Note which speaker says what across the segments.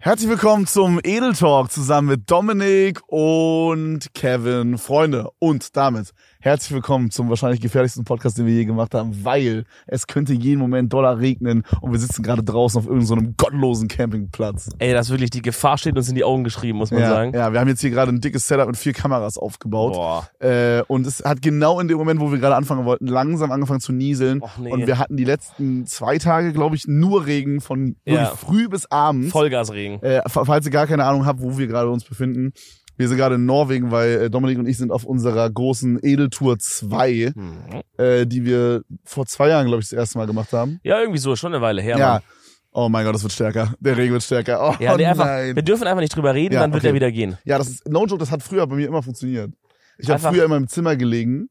Speaker 1: Herzlich willkommen zum Edel Talk zusammen mit Dominik und Kevin, Freunde. Und damit herzlich willkommen zum wahrscheinlich gefährlichsten Podcast, den wir je gemacht haben, weil es könnte jeden Moment Dollar regnen und wir sitzen gerade draußen auf irgendeinem so gottlosen Campingplatz.
Speaker 2: Ey, das ist wirklich, die Gefahr steht uns in die Augen geschrieben, muss man
Speaker 1: ja,
Speaker 2: sagen.
Speaker 1: ja, wir haben jetzt hier gerade ein dickes Setup mit vier Kameras aufgebaut.
Speaker 2: Boah.
Speaker 1: Äh, und es hat genau in dem Moment, wo wir gerade anfangen wollten, langsam angefangen zu nieseln.
Speaker 2: Och, nee.
Speaker 1: Und wir hatten die letzten zwei Tage, glaube ich, nur Regen von wirklich
Speaker 2: Ja.
Speaker 1: früh bis abends.
Speaker 2: Vollgasregen.
Speaker 1: Äh, fa- falls ihr gar keine Ahnung habt, wo wir gerade uns befinden. Wir sind gerade in Norwegen, weil äh, Dominik und ich sind auf unserer großen Edeltour 2,
Speaker 2: Hm.
Speaker 1: äh, die wir vor zwei Jahren, glaube ich, das erste Mal gemacht haben.
Speaker 2: Ja, irgendwie so, schon eine Weile her. Mann.
Speaker 1: Oh mein Gott, das wird stärker. Der Regen wird stärker. Oh
Speaker 2: Ja, nee, einfach, wir
Speaker 1: nein.
Speaker 2: dürfen einfach nicht drüber reden,
Speaker 1: Ja,
Speaker 2: dann wird
Speaker 1: okay.
Speaker 2: er wieder gehen.
Speaker 1: Ja, das ist, no joke, das hat früher bei mir immer funktioniert. Ich habe
Speaker 2: Einfach-
Speaker 1: früher in meinem Zimmer gelegen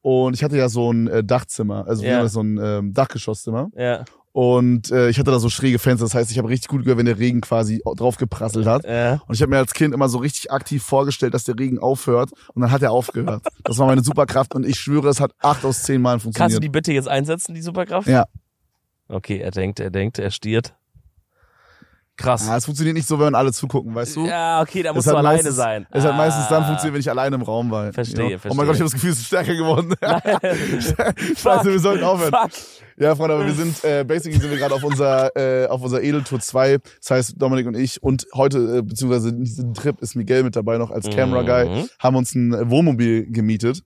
Speaker 1: und ich hatte ja so ein äh, Dachzimmer, also
Speaker 2: Ja.
Speaker 1: wir haben so ein ähm, Dachgeschosszimmer.
Speaker 2: Ja,
Speaker 1: Und äh, ich hatte da so schräge Fenster, das heißt, ich habe richtig gut gehört, wenn der Regen quasi drauf geprasselt hat.
Speaker 2: äh,
Speaker 1: Und ich habe mir als Kind immer so richtig aktiv vorgestellt, dass der Regen aufhört. Und dann hat er aufgehört. Das war meine Superkraft. Und ich schwöre, es hat acht aus zehn Mal
Speaker 2: kannst du
Speaker 1: funktioniert.
Speaker 2: die bitte jetzt einsetzen, die Superkraft?
Speaker 1: Ja.
Speaker 2: Okay, er denkt, er denkt, er stiert. Krass.
Speaker 1: Ah, es funktioniert nicht so, wenn alle zugucken, weißt du?
Speaker 2: Ja, okay, da
Speaker 1: Es
Speaker 2: musst
Speaker 1: hat
Speaker 2: du alleine
Speaker 1: meistens-
Speaker 2: sein.
Speaker 1: Es hat meistens dann
Speaker 2: Ah.
Speaker 1: funktioniert, wenn ich alleine im Raum war.
Speaker 2: Verstehe,
Speaker 1: Oh mein
Speaker 2: verstehe.
Speaker 1: Gott, ich habe das Gefühl, es ist stärker geworden. Scheiße, wir sollten aufhören.
Speaker 2: Fuck.
Speaker 1: Ja, Freunde, aber wir sind, äh, basically sind wir gerade auf unserer, äh, auf unserer Edeltour 2. Das heißt, Dominik und ich und heute, äh, beziehungsweise in diesem Trip ist Miguel mit dabei noch als Camera Guy,
Speaker 2: Mhm.
Speaker 1: haben uns ein Wohnmobil gemietet.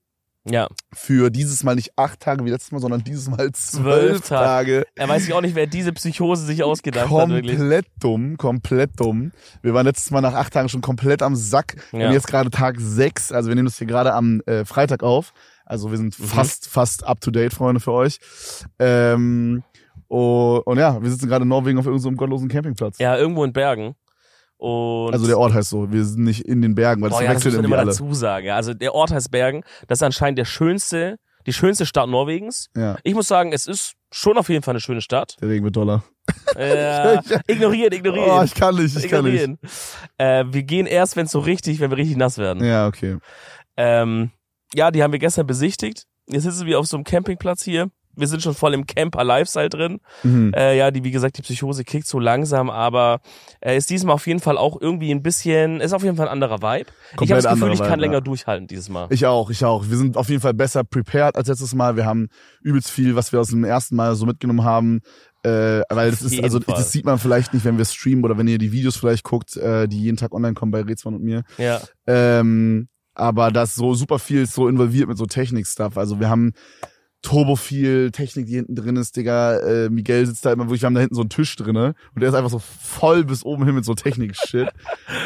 Speaker 2: Ja,
Speaker 1: für dieses Mal nicht acht Tage wie letztes Mal, sondern dieses Mal zwölf
Speaker 2: Zwölf
Speaker 1: Tage.
Speaker 2: er weiß sich auch nicht, wer diese Psychose sich ausgedacht hat, wirklich.
Speaker 1: Komplett dumm, komplett dumm. Wir waren letztes Mal nach acht Tagen schon komplett am Sack. Wir
Speaker 2: Ja.
Speaker 1: haben jetzt gerade Tag sechs, also wir nehmen das hier gerade am äh, Freitag auf. Also wir sind
Speaker 2: Mhm.
Speaker 1: fast, fast up to date, Freunde, für euch. Ähm, oh, und ja, wir sitzen gerade in Norwegen auf irgendeinem gottlosen Campingplatz.
Speaker 2: Ja, irgendwo in Bergen. Und
Speaker 1: Also der Ort heißt so, wir sind nicht in den Bergen, weil das
Speaker 2: Boah, Oh ja, das muss
Speaker 1: wechselt
Speaker 2: man
Speaker 1: irgendwie
Speaker 2: immer
Speaker 1: alle.
Speaker 2: dazu sagen. Ja, also der Ort heißt Bergen. Das ist anscheinend der schönste, die schönste Stadt Norwegens.
Speaker 1: Ja,
Speaker 2: Ich muss sagen, es ist schon auf jeden Fall eine schöne Stadt.
Speaker 1: der Regen wird doller.
Speaker 2: Äh, ignorieren,
Speaker 1: Oh,
Speaker 2: ignorieren.
Speaker 1: ich kann nicht, ich kann nicht.
Speaker 2: ignorieren. Äh, wir gehen erst, wenn es so richtig, wenn wir richtig nass werden.
Speaker 1: Ja, okay.
Speaker 2: Ähm, ja, die haben wir gestern besichtigt. Jetzt sitzen wir auf so einem Campingplatz hier. Wir sind schon voll im Camper-Lifestyle drin.
Speaker 1: Mhm.
Speaker 2: Äh, ja, die, wie gesagt, die Psychose kickt so langsam, aber äh, ist diesmal auf jeden Fall auch irgendwie ein bisschen, ist auf jeden Fall ein anderer Vibe. ich habe
Speaker 1: Komplett
Speaker 2: das Gefühl,
Speaker 1: anderer
Speaker 2: ich kann
Speaker 1: Vibe, ja.
Speaker 2: länger durchhalten dieses Mal.
Speaker 1: Ich auch, ich auch. Wir sind auf jeden Fall besser prepared als letztes Mal. Wir haben übelst viel, was wir aus dem ersten Mal so mitgenommen haben. Äh, weil das
Speaker 2: Auf
Speaker 1: ist,
Speaker 2: jeden
Speaker 1: also
Speaker 2: Fall.
Speaker 1: das sieht man vielleicht nicht, wenn wir streamen oder wenn ihr die Videos vielleicht guckt, äh, die jeden Tag online kommen bei Rezwan und mir.
Speaker 2: Ja.
Speaker 1: Ähm, aber das so super viel ist so involviert mit so Technik-Stuff. Also wir haben turbo viel Technik, die hinten drin ist, Digga. Äh, Miguel sitzt da immer wirklich, wir haben da hinten so einen Tisch drinne und der ist einfach so voll bis oben hin mit so Technik-Shit.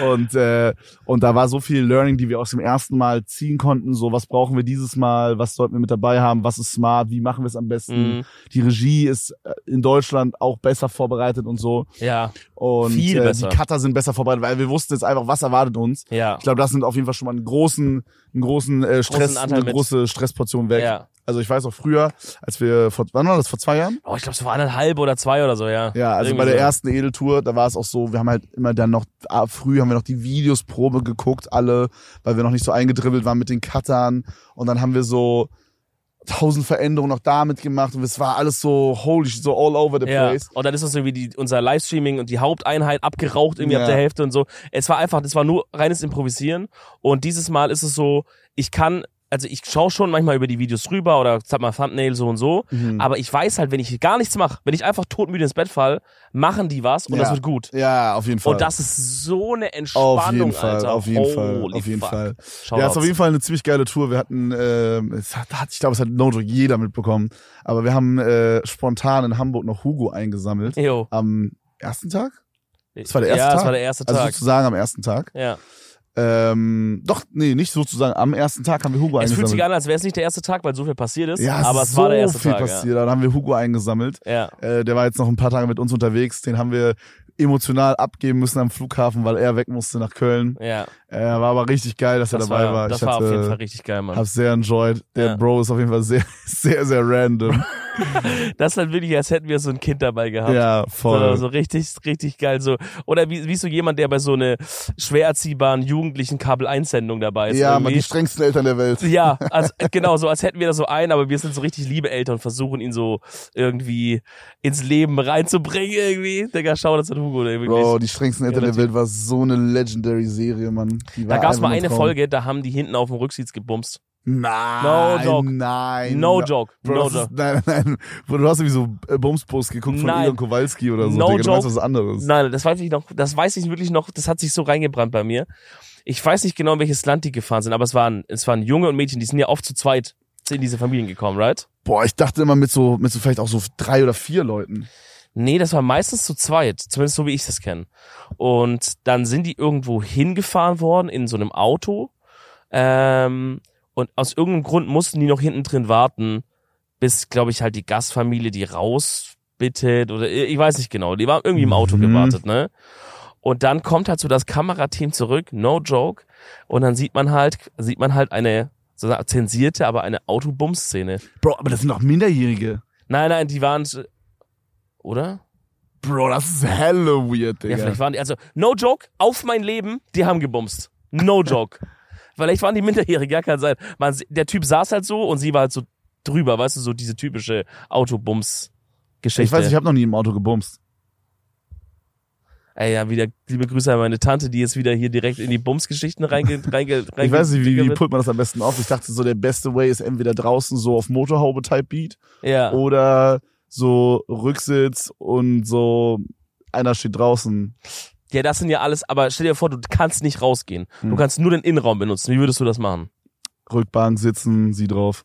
Speaker 1: und, äh, und da war so viel Learning, die wir aus dem ersten Mal ziehen konnten. So, was brauchen wir dieses Mal? Was sollten wir mit dabei haben? Was ist smart? Wie machen wir es am besten?
Speaker 2: Mhm.
Speaker 1: Die Regie ist äh, in Deutschland auch besser vorbereitet und so.
Speaker 2: Ja,
Speaker 1: Und
Speaker 2: Viel
Speaker 1: äh,
Speaker 2: besser.
Speaker 1: die Cutter sind besser vorbereitet, weil wir wussten jetzt einfach, was erwartet uns.
Speaker 2: ja.
Speaker 1: Ich glaube, das sind auf jeden Fall schon mal einen großen, einen großen äh, Stress,
Speaker 2: Anteil
Speaker 1: eine
Speaker 2: mit.
Speaker 1: große Stressportion weg.
Speaker 2: Ja.
Speaker 1: Also ich weiß auch früher, als wir vor, wann war das, vor zwei Jahren?
Speaker 2: Oh, ich glaube, es war anderthalb oder zwei oder so, ja.
Speaker 1: Ja, also
Speaker 2: Irgendwie
Speaker 1: bei der
Speaker 2: so.
Speaker 1: ersten Edeltour, da war es auch so, wir haben halt immer dann noch, ah, früh haben wir noch die Videosprobe geguckt, alle, weil wir noch nicht so eingedribbelt waren mit den Cuttern. Und dann haben wir so tausend Veränderungen noch damit gemacht und es war alles so holy, shit, so all over the
Speaker 2: Ja.
Speaker 1: place.
Speaker 2: Und dann ist uns irgendwie die, unser Livestreaming und die Haupteinheit abgeraucht, irgendwie
Speaker 1: Ja.
Speaker 2: ab der Hälfte und so. Es war einfach, es war nur reines Improvisieren. Und dieses Mal ist es so, ich kann, also ich schaue schon manchmal über die Videos rüber oder sag mal Thumbnail so und so.
Speaker 1: Mhm.
Speaker 2: Aber ich weiß halt, wenn ich gar nichts mache, wenn ich einfach todmüde ins Bett fall, machen die was und
Speaker 1: Ja.
Speaker 2: das wird gut.
Speaker 1: Ja, auf jeden Fall.
Speaker 2: Und das ist so eine Entspannung,
Speaker 1: auf jeden Fall,
Speaker 2: Alter.
Speaker 1: auf jeden
Speaker 2: Holy
Speaker 1: Fall, auf jeden
Speaker 2: fuck.
Speaker 1: Fall.
Speaker 2: Shoutouts.
Speaker 1: Ja, ist auf jeden Fall eine ziemlich geile Tour. Wir hatten, ähm, es hat, hat, ich glaube, es hat no joke jeder mitbekommen, aber wir haben äh, spontan in Hamburg noch Hugo eingesammelt.
Speaker 2: Jo.
Speaker 1: Am ersten Tag? Das war der erste
Speaker 2: ja,
Speaker 1: Tag?
Speaker 2: das war der erste
Speaker 1: Also
Speaker 2: Tag.
Speaker 1: sozusagen am ersten Tag.
Speaker 2: ja.
Speaker 1: Ähm, doch, nee, nicht sozusagen. Am ersten Tag haben wir Hugo
Speaker 2: Es fühlt
Speaker 1: eingesammelt.
Speaker 2: sich an, als wäre es nicht der erste Tag, weil so viel passiert ist.
Speaker 1: ja,
Speaker 2: aber es
Speaker 1: so
Speaker 2: war der erste
Speaker 1: viel
Speaker 2: Tag.
Speaker 1: passiert. Dann haben wir Hugo eingesammelt.
Speaker 2: Ja. ja.
Speaker 1: Äh, der war jetzt noch ein paar Tage mit uns unterwegs. Den haben wir emotional abgeben müssen am Flughafen, weil er weg musste nach Köln.
Speaker 2: Ja,
Speaker 1: Äh, war aber richtig geil, dass er
Speaker 2: das
Speaker 1: dabei
Speaker 2: war,
Speaker 1: war.
Speaker 2: das
Speaker 1: ich
Speaker 2: war
Speaker 1: hatte,
Speaker 2: auf jeden Fall richtig geil, Mann.
Speaker 1: Hab's sehr enjoyed. Der
Speaker 2: Ja.
Speaker 1: Bro ist auf jeden Fall sehr, sehr, sehr random.
Speaker 2: Das ist halt wirklich, als hätten wir so ein Kind dabei gehabt.
Speaker 1: Ja,
Speaker 2: So,
Speaker 1: voll.
Speaker 2: so richtig, richtig geil. So. Oder wie, wie so jemand, der bei so einer schwer erziehbaren jugendlichen Kabel-1-Sendung dabei ist.
Speaker 1: ja, man,
Speaker 2: irgendwie.
Speaker 1: die strengsten Eltern der Welt.
Speaker 2: ja, als, genau, so als hätten wir da so einen, aber wir sind so richtig liebe Eltern und versuchen ihn so irgendwie ins Leben reinzubringen irgendwie. Digga, schau das an Hugo. Der wirklich.
Speaker 1: Bro, die strengsten Eltern
Speaker 2: Ja,
Speaker 1: der Welt war so eine legendary Serie, Mann. Die
Speaker 2: da
Speaker 1: war
Speaker 2: gab's
Speaker 1: einfach
Speaker 2: mal
Speaker 1: nur ein
Speaker 2: eine
Speaker 1: Traum.
Speaker 2: Folge, da haben die hinten auf dem Rücksitz gebumst.
Speaker 1: Nein,
Speaker 2: No joke.
Speaker 1: nein.
Speaker 2: No joke,
Speaker 1: Bro,
Speaker 2: no
Speaker 1: das ist,
Speaker 2: joke.
Speaker 1: nein, nein. Bro, du hast irgendwie so äh, Bumspost geguckt von
Speaker 2: Nein.
Speaker 1: Elon Kowalski oder so.
Speaker 2: No
Speaker 1: Digga, du meinst
Speaker 2: joke.
Speaker 1: was anderes.
Speaker 2: Nein, das weiß ich noch, das weiß ich wirklich noch, das hat sich so reingebrannt bei mir. Ich weiß nicht genau, in welches Land die gefahren sind, aber es waren, es waren Junge und Mädchen, die sind ja oft zu zweit in diese Familien gekommen, right?
Speaker 1: Boah, ich dachte immer mit so, mit so vielleicht auch so drei oder vier Leuten.
Speaker 2: Nee, das war meistens zu zweit, zumindest so wie ich das kenne. Und dann sind die irgendwo hingefahren worden in so einem Auto. Ähm, und aus irgendeinem Grund mussten die noch hinten drin warten, bis, glaube ich, halt die Gastfamilie die rausbittet oder ich weiß nicht genau. Die waren irgendwie im Auto
Speaker 1: Mhm.
Speaker 2: gewartet, ne? Und dann kommt halt so das Kamerateam zurück, no joke. Und dann sieht man halt, sieht man halt eine so eine zensierte, aber eine Autobums-Szene.
Speaker 1: Bro, aber das sind doch Minderjährige.
Speaker 2: Nein, nein, die waren, oder?
Speaker 1: Bro, das ist hella weird,
Speaker 2: Ja,
Speaker 1: Digga.
Speaker 2: vielleicht waren die, also, no joke, auf mein Leben, die haben gebumst. No joke. vielleicht waren die minderjährig, ja, kann sein. Man, der Typ saß halt so und sie war halt so drüber, weißt du, so diese typische Autobums-Geschichte.
Speaker 1: ich weiß, ich habe noch nie im Auto gebumst.
Speaker 2: Ey, ja, wieder liebe Grüße an meine Tante, die jetzt wieder hier direkt in die Bums-Geschichten reinge, reinge, reinge
Speaker 1: Ich weiß nicht, wie, wie
Speaker 2: wird.
Speaker 1: pullt man das am besten auf? Ich dachte so, der beste Way ist entweder draußen so auf Motorhaube-Type Beat
Speaker 2: Ja.
Speaker 1: Oh. oder so Rücksitz und so einer steht draußen.
Speaker 2: ja, das sind ja alles, aber stell dir vor, du kannst nicht rausgehen. Du
Speaker 1: Hm.
Speaker 2: kannst nur den Innenraum benutzen. Wie würdest du das machen?
Speaker 1: Rückbank sitzen, sie drauf.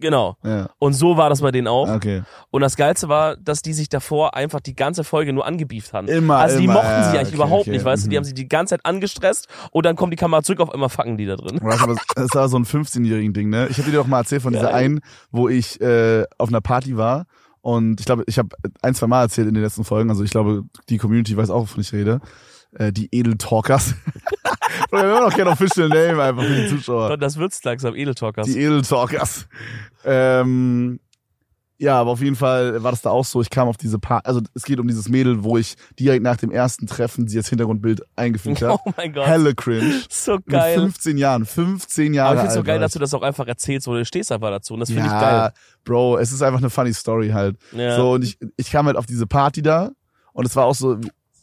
Speaker 2: Genau.
Speaker 1: Ja,
Speaker 2: Und so war das bei denen auch.
Speaker 1: okay.
Speaker 2: Und das Geilste war, dass die sich davor einfach die ganze Folge nur angebieft haben.
Speaker 1: Immer,
Speaker 2: Also die
Speaker 1: immer,
Speaker 2: mochten
Speaker 1: ja,
Speaker 2: sich eigentlich
Speaker 1: okay,
Speaker 2: überhaupt
Speaker 1: okay,
Speaker 2: nicht, weißt du? Die
Speaker 1: mhm.
Speaker 2: haben sich die ganze Zeit angestresst und dann kommt die Kamera zurück, auf einmal fucken die da drin.
Speaker 1: Das war, das war so ein 15-jährigen Ding, ne? Ich habe dir doch mal erzählt von dieser
Speaker 2: Geil.
Speaker 1: einen, wo ich äh, auf einer Party war und ich glaube, ich habe ein, zwei Mal erzählt in den letzten Folgen, also ich glaube, die Community weiß auch, wovon ich rede. Äh, die Edeltalkers. Wir haben immer noch kein official name einfach für die Zuschauer.
Speaker 2: Und das wird's langsam, Edeltalkers. Oh
Speaker 1: Die Edeltalkers. Ähm, ja, aber auf jeden Fall war das da auch so. Ich kam auf diese Party, also es geht um dieses Mädel, wo ich direkt nach dem ersten Treffen sie als Hintergrundbild eingefügt
Speaker 2: oh
Speaker 1: habe.
Speaker 2: mein Gott.
Speaker 1: Helle cringe.
Speaker 2: So
Speaker 1: Mit
Speaker 2: geil.
Speaker 1: 15 Jahren. 15 Jahre
Speaker 2: Aber ich find's so
Speaker 1: alt
Speaker 2: geil,
Speaker 1: war
Speaker 2: dass du das auch einfach erzählst, wo du stehst einfach dazu. Und das finde ich
Speaker 1: ja,
Speaker 2: geil.
Speaker 1: Bro, es ist einfach eine funny Story halt.
Speaker 2: Ja.
Speaker 1: So, und ich, ich kam halt auf diese Party da und es war auch so,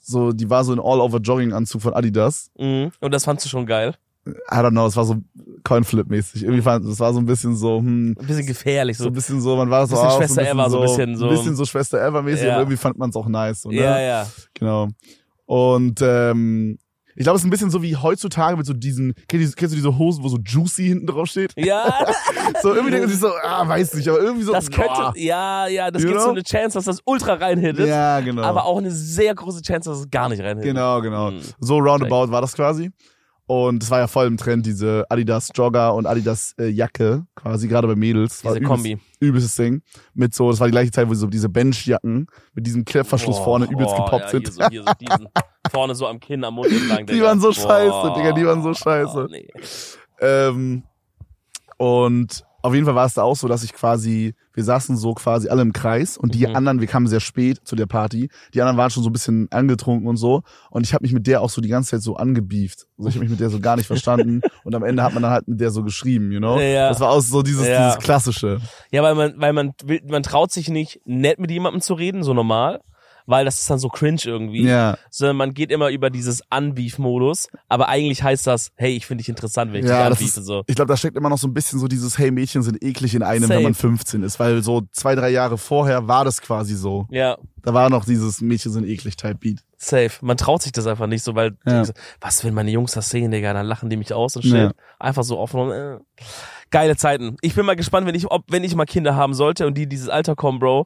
Speaker 1: so, die war so in All-Over-Jogging-Anzug von Adidas.
Speaker 2: Mhm. Und das fandst du schon geil.
Speaker 1: I don't know, es war so Coinflip-mäßig. Irgendwie fand, es war so ein bisschen so, hm,
Speaker 2: Ein bisschen gefährlich.
Speaker 1: so
Speaker 2: So.
Speaker 1: ein bisschen so, man war so,
Speaker 2: Bisschen
Speaker 1: auch
Speaker 2: Schwester
Speaker 1: so ein bisschen
Speaker 2: Eva, so
Speaker 1: so,
Speaker 2: ein bisschen so-
Speaker 1: ein bisschen so Schwester Eva-mäßig,
Speaker 2: Ja.
Speaker 1: aber irgendwie fand man es auch nice. So, ne?
Speaker 2: Ja, ja.
Speaker 1: Genau. Und ähm, ich glaube, es ist ein bisschen so wie heutzutage mit so diesen, kennst du, kennst du diese Hosen, wo so Juicy hinten drauf steht?
Speaker 2: Ja,
Speaker 1: So irgendwie denken sie so, ah, weiß nicht, aber irgendwie so.
Speaker 2: das könnte,
Speaker 1: Also, boah.
Speaker 2: ja, ja, das
Speaker 1: You
Speaker 2: gibt so
Speaker 1: know?
Speaker 2: eine Chance, dass das ultra reinhittet.
Speaker 1: Ja, genau.
Speaker 2: Aber auch eine sehr große Chance, dass es gar nicht reinhittet.
Speaker 1: Genau, genau.
Speaker 2: Mhm.
Speaker 1: So roundabout war das quasi. Und es war ja voll im Trend, diese Adidas Jogger und Adidas äh, Jacke, quasi gerade bei Mädels. War
Speaker 2: Diese
Speaker 1: übelst-
Speaker 2: Kombi.
Speaker 1: Übelstes Ding. Mit so, das war die gleiche Zeit, wo so diese Benchjacken mit diesem Klettverschluss
Speaker 2: Boah,
Speaker 1: vorne übelst
Speaker 2: boah,
Speaker 1: gepoppt
Speaker 2: Oh, ja,
Speaker 1: sind.
Speaker 2: Hier so, hier so diesen, vorne so am Kinn, am Mund entlang.
Speaker 1: Die waren so scheiße, Digga, die waren so scheiße.
Speaker 2: Nee.
Speaker 1: Ähm, und auf jeden Fall war es da auch so, dass ich quasi, wir saßen so quasi alle im Kreis und die
Speaker 2: Mhm.
Speaker 1: anderen, wir kamen sehr spät zu der Party, die anderen waren schon so ein bisschen angetrunken und so und ich habe mich mit der auch so die ganze Zeit so angebieft. Also ich habe mich mit der so gar nicht verstanden und am Ende hat man dann halt mit der so geschrieben, you know?
Speaker 2: Ja.
Speaker 1: Das war auch so dieses,
Speaker 2: Ja.
Speaker 1: dieses klassische.
Speaker 2: Ja, weil man, weil man, will, man traut sich nicht, nett mit jemandem zu reden, so normal, weil das ist dann so cringe irgendwie.
Speaker 1: Ja,
Speaker 2: Sondern man geht immer über dieses Unbeef-Modus, aber eigentlich heißt das, hey, ich finde dich interessant, wenn ich
Speaker 1: Ja,
Speaker 2: dich
Speaker 1: das
Speaker 2: unbeefe, so.
Speaker 1: ich glaube, da steckt immer noch so ein bisschen so dieses Hey, Mädchen sind eklig in einem,
Speaker 2: Safe.
Speaker 1: wenn man 15 ist, weil so zwei, drei Jahre vorher war das quasi so.
Speaker 2: Ja,
Speaker 1: Da war noch dieses Mädchen sind eklig Type Beat.
Speaker 2: safe. Man traut sich das einfach nicht so, weil,
Speaker 1: Ja.
Speaker 2: was, wenn meine Jungs das sehen, Digga, dann lachen die mich aus und shit.
Speaker 1: Ja.
Speaker 2: Einfach so offen und, äh. Geile Zeiten. Ich bin mal gespannt, wenn ich, ob, wenn ich mal Kinder haben sollte und die in dieses Alter kommen, Bro,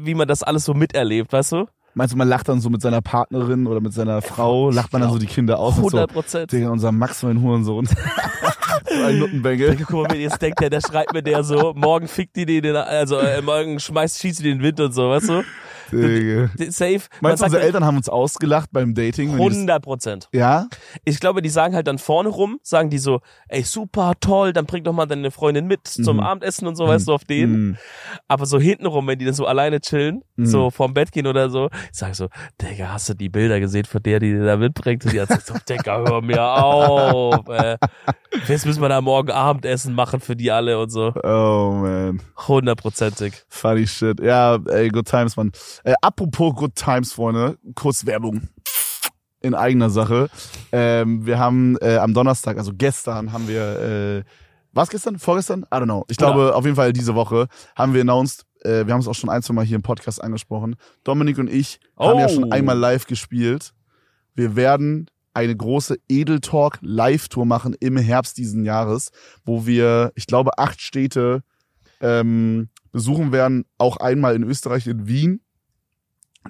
Speaker 2: wie man das alles so miterlebt, weißt du?
Speaker 1: Meinst du, man lacht dann so mit seiner Partnerin oder mit seiner Frau, lacht man dann so die Kinder aus und so,
Speaker 2: 100 Prozent.
Speaker 1: Digga, unser Max, mein Hurensohn. so ein Nuttenbengel.
Speaker 2: Guck mal, jetzt denkt der, der schreibt mir der so, morgen fickt die den, also äh, morgen schmeißt, schießt die den Wind und so, weißt du?
Speaker 1: Digga.
Speaker 2: Safe.
Speaker 1: Meinst du,
Speaker 2: Man sagt
Speaker 1: unsere
Speaker 2: dann
Speaker 1: Eltern haben uns ausgelacht beim Dating? wenn die das-
Speaker 2: 100 Prozent.
Speaker 1: Ja?
Speaker 2: Ich glaube, die sagen halt dann vorne rum, sagen die so, ey, super, toll, dann bring doch mal deine Freundin mit zum
Speaker 1: Mhm.
Speaker 2: Abendessen und so, weißt du, auf den.
Speaker 1: Hm.
Speaker 2: Aber so hintenrum, wenn die dann so alleine chillen,
Speaker 1: Mhm.
Speaker 2: so vorm Bett gehen oder so, ich sag so, Digga, hast du die Bilder gesehen von der, die dir da mitbringt? Und die hat so, Digga, hör mir auf. Äh. Jetzt müssen wir da morgen Abendessen machen für die alle und so.
Speaker 1: Oh, man.
Speaker 2: Hundertprozentig.
Speaker 1: Funny shit. Ja, ey, good times, Mann. Äh, apropos good times, Freunde, kurz Werbung in eigener Sache. Ähm, wir haben äh, am Donnerstag, also gestern, haben wir, äh, was gestern? Vorgestern? I don't know. Ich
Speaker 2: Oder-
Speaker 1: glaube, auf jeden Fall diese Woche haben wir announced, äh, wir haben es auch schon ein, zwei Mal hier im Podcast angesprochen. Dominik und ich haben ja
Speaker 2: Oh.
Speaker 1: schon einmal live gespielt. Wir werden eine große Edel Talk Live-Tour machen im Herbst diesen Jahres, wo wir, ich glaube, acht Städte ähm, besuchen werden, auch einmal in Österreich, in Wien.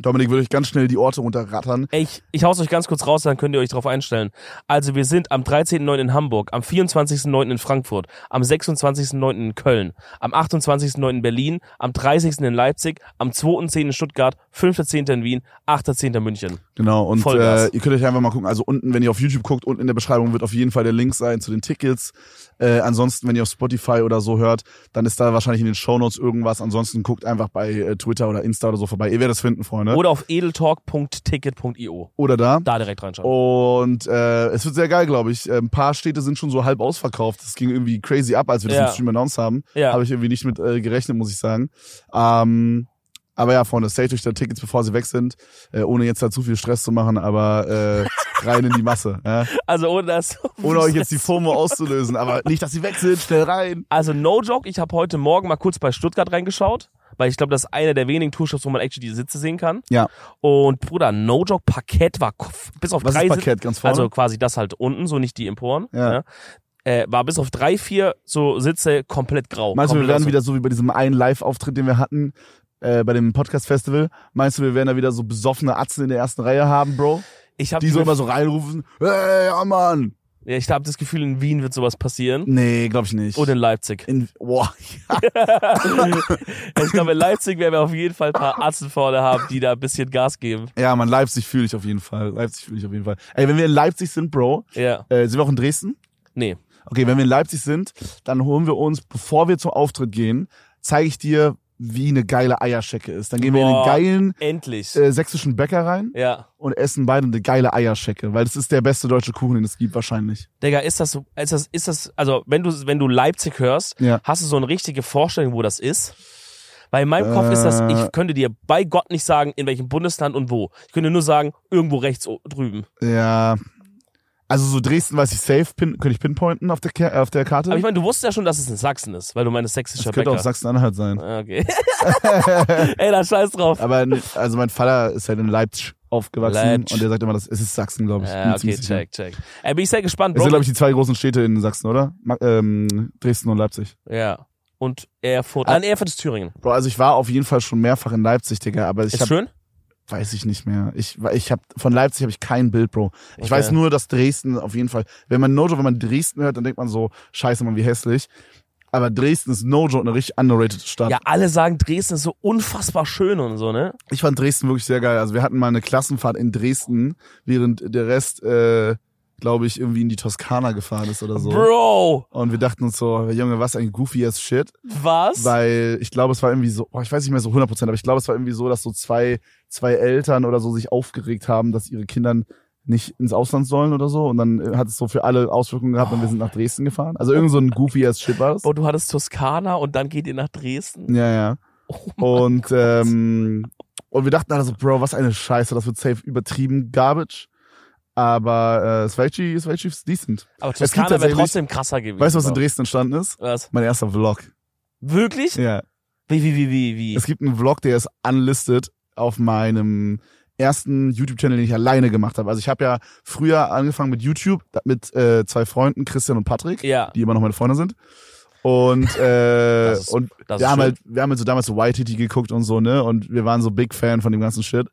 Speaker 1: Dominik würde euch ganz schnell die Orte runterrattern.
Speaker 2: Ey, Ich, ich hau's euch ganz kurz raus, dann könnt ihr euch drauf einstellen. Also wir sind am 13.9. in Hamburg, am 24.9. in Frankfurt, am 26.9. in Köln, am 28.9. in Berlin, am 30. in Leipzig, am 2.10. in Stuttgart, 5.10. in Wien, 8.10. in München.
Speaker 1: Genau, und äh,
Speaker 2: Vollgas.
Speaker 1: ihr könnt euch einfach mal gucken. Also unten, wenn ihr auf YouTube guckt, unten in der Beschreibung wird auf jeden Fall der Link sein zu den Tickets. Äh, ansonsten, wenn ihr auf Spotify oder so hört, dann ist da wahrscheinlich in den Shownotes irgendwas. Ansonsten guckt einfach bei äh, Twitter oder Insta oder so vorbei. Ihr werdet es finden, Freunde.
Speaker 2: Oder auf edeltalk.ticket.io.
Speaker 1: Oder da.
Speaker 2: Da direkt reinschauen.
Speaker 1: Und äh, es wird sehr geil, glaube ich. Äh, Ein paar Städte sind schon so halb ausverkauft. Das ging irgendwie crazy ab, als wir das
Speaker 2: Ja.
Speaker 1: im Stream announced haben.
Speaker 2: ja.
Speaker 1: Habe Oh, ich irgendwie nicht mit äh, gerechnet, muss ich sagen. Ähm, aber ja, Freunde, saved euch da Tickets, bevor sie weg sind, äh, ohne jetzt da zu viel Stress zu machen, aber äh, rein in die Masse. Ja?
Speaker 2: Also ohne das.
Speaker 1: Ohne euch jetzt die FOMO auszulösen, aber nicht, dass sie weg sind, schnell rein.
Speaker 2: Also no joke, ich habe heute Morgen mal kurz bei Stuttgart reingeschaut, weil ich glaube, das ist einer der wenigen Tourshops, wo man actually die Sitze sehen kann.
Speaker 1: Ja.
Speaker 2: Und Bruder, no joke, Parkett war k- bis auf
Speaker 1: Was
Speaker 2: drei
Speaker 1: ist
Speaker 2: Sitze,
Speaker 1: Parkett ganz vorne?
Speaker 2: also quasi das halt unten, so nicht die Emporen.
Speaker 1: Ja.
Speaker 2: ne? Äh, war bis auf drei, vier so Sitze komplett grau.
Speaker 1: Meinst du, wir
Speaker 2: komplett
Speaker 1: werden
Speaker 2: aus-
Speaker 1: wieder so wie bei diesem einen Live-Auftritt, den wir hatten, äh, bei dem Podcast-Festival? Meinst du, wir werden da wieder so besoffene Atzen in der ersten Reihe haben, Bro?
Speaker 2: ich hab
Speaker 1: Die so
Speaker 2: Gefühl-
Speaker 1: immer so reinrufen, hey, ja, Mann.
Speaker 2: ja, ich habe das Gefühl, in Wien wird sowas passieren.
Speaker 1: Nee, glaube ich nicht.
Speaker 2: Und in Leipzig. Also
Speaker 1: in, boah,
Speaker 2: ich glaube, in Leipzig werden wir auf jeden Fall ein paar Atzen vorne haben, die da ein bisschen Gas geben.
Speaker 1: Ja, man, Leipzig fühle ich auf jeden Fall. Leipzig fühle ich auf jeden Fall. Ey, wenn wir in Leipzig sind, Bro,
Speaker 2: Ja.
Speaker 1: äh, sind wir auch in Dresden?
Speaker 2: Nee.
Speaker 1: Okay, wenn wir in Leipzig sind, dann holen wir uns, bevor wir zum Auftritt gehen, zeige ich dir, wie eine geile Eierschecke ist. Dann gehen wir in den
Speaker 2: Boah.
Speaker 1: geilen
Speaker 2: Endlich.
Speaker 1: äh, sächsischen Bäcker rein
Speaker 2: Ja.
Speaker 1: und essen beide eine geile Eierschecke, weil das ist der beste deutsche Kuchen, den es gibt wahrscheinlich.
Speaker 2: Digga, ist das so, ist das, ist das, also wenn du, wenn du Leipzig hörst,
Speaker 1: Ja.
Speaker 2: hast du so eine richtige Vorstellung, wo das ist? Weil in meinem Kopf ist das, ich
Speaker 1: Äh.
Speaker 2: könnte dir bei Gott nicht sagen, in welchem Bundesland und wo. Ich könnte nur sagen, irgendwo rechts o- drüben.
Speaker 1: Ja. Also so Dresden weiß ich safe, pin, könnte ich pinpointen auf der, Ke- auf der Karte.
Speaker 2: Aber ich meine, du wusstest ja schon, dass es in Sachsen ist, weil du meinst sächsischer
Speaker 1: das könnte auch
Speaker 2: Bäcker.
Speaker 1: Sachsen-Anhalt sein.
Speaker 2: Ah, Okay. Ey, da scheiß drauf.
Speaker 1: Aber n- also mein Vater ist halt in Leipzig aufgewachsen
Speaker 2: Leipzig.
Speaker 1: und der sagt immer, das es ist Sachsen, glaube ich. Bin
Speaker 2: Ja,
Speaker 1: mir ziemlich
Speaker 2: okay,
Speaker 1: sicher.
Speaker 2: check, check. Ey, bin ich sehr gespannt,
Speaker 1: Das
Speaker 2: Bro.
Speaker 1: sind, glaube ich, die zwei großen Städte in Sachsen, oder? Ma- Ähm, Dresden und Leipzig.
Speaker 2: ja. Und Erfurt. Ah, nee, Erfurt ist Thüringen.
Speaker 1: Bro, also ich war auf jeden Fall schon mehrfach in Leipzig, Digga, aber ich
Speaker 2: Ist
Speaker 1: hab,
Speaker 2: schön?
Speaker 1: weiß ich nicht mehr. Ich, wa- ich hab, von Leipzig habe ich kein Bild, Bro. Ich
Speaker 2: Okay.
Speaker 1: weiß nur, dass Dresden auf jeden Fall, wenn man Nojo, wenn man Dresden hört, dann denkt man so, scheiße, man, wie hässlich. Aber Dresden ist Nojo eine richtig underrated Stadt.
Speaker 2: Ja, alle sagen, Dresden ist so unfassbar schön und so, ne?
Speaker 1: Ich fand Dresden wirklich sehr geil. Also wir hatten mal eine Klassenfahrt in Dresden, während der Rest, äh, glaube ich, irgendwie in die Toskana gefahren ist oder so.
Speaker 2: Bro,
Speaker 1: Und wir dachten uns so, Junge, was ein goofy as shit.
Speaker 2: was?
Speaker 1: Weil ich glaube, es war irgendwie so, oh, ich weiß nicht mehr so 100 Prozent, aber ich glaube, es war irgendwie so, dass so zwei, zwei Eltern oder so sich aufgeregt haben, dass ihre Kindern nicht ins Ausland sollen oder so. Und dann äh, hat es so für alle Auswirkungen gehabt und wir sind nach Dresden gefahren. Also irgend so ein goofy as shit war das.
Speaker 2: Bro, Oh, du hattest Toskana und dann geht ihr nach Dresden.
Speaker 1: Ja, ja.
Speaker 2: Oh
Speaker 1: Und, ähm, und wir dachten alle so, Bro, was eine Scheiße, das wird safe übertrieben garbage. Aber äh, es war actually, es war actually decent.
Speaker 2: Aber
Speaker 1: gibt
Speaker 2: Toskana wäre
Speaker 1: tatsächlich-
Speaker 2: trotzdem krasser gewesen.
Speaker 1: Weißt du, was in
Speaker 2: Bro.
Speaker 1: Dresden entstanden ist?
Speaker 2: Was?
Speaker 1: Mein erster Vlog.
Speaker 2: Wirklich?
Speaker 1: Ja.
Speaker 2: Wie, wie, wie, wie, wie?
Speaker 1: Es gibt einen Vlog, der ist unlisted auf meinem ersten YouTube-Channel, den ich alleine gemacht habe. Also ich habe ja früher angefangen mit YouTube da- mit äh, zwei Freunden, Christian und Patrick,
Speaker 2: Ja.
Speaker 1: die immer noch meine Freunde sind. Und, äh,
Speaker 2: Das ist-
Speaker 1: und
Speaker 2: Das
Speaker 1: wir,
Speaker 2: ist
Speaker 1: haben
Speaker 2: Also schön.
Speaker 1: halt, wir haben halt so damals so White Titty geguckt und so, ne? Und wir waren so Big Fan von dem ganzen Shit.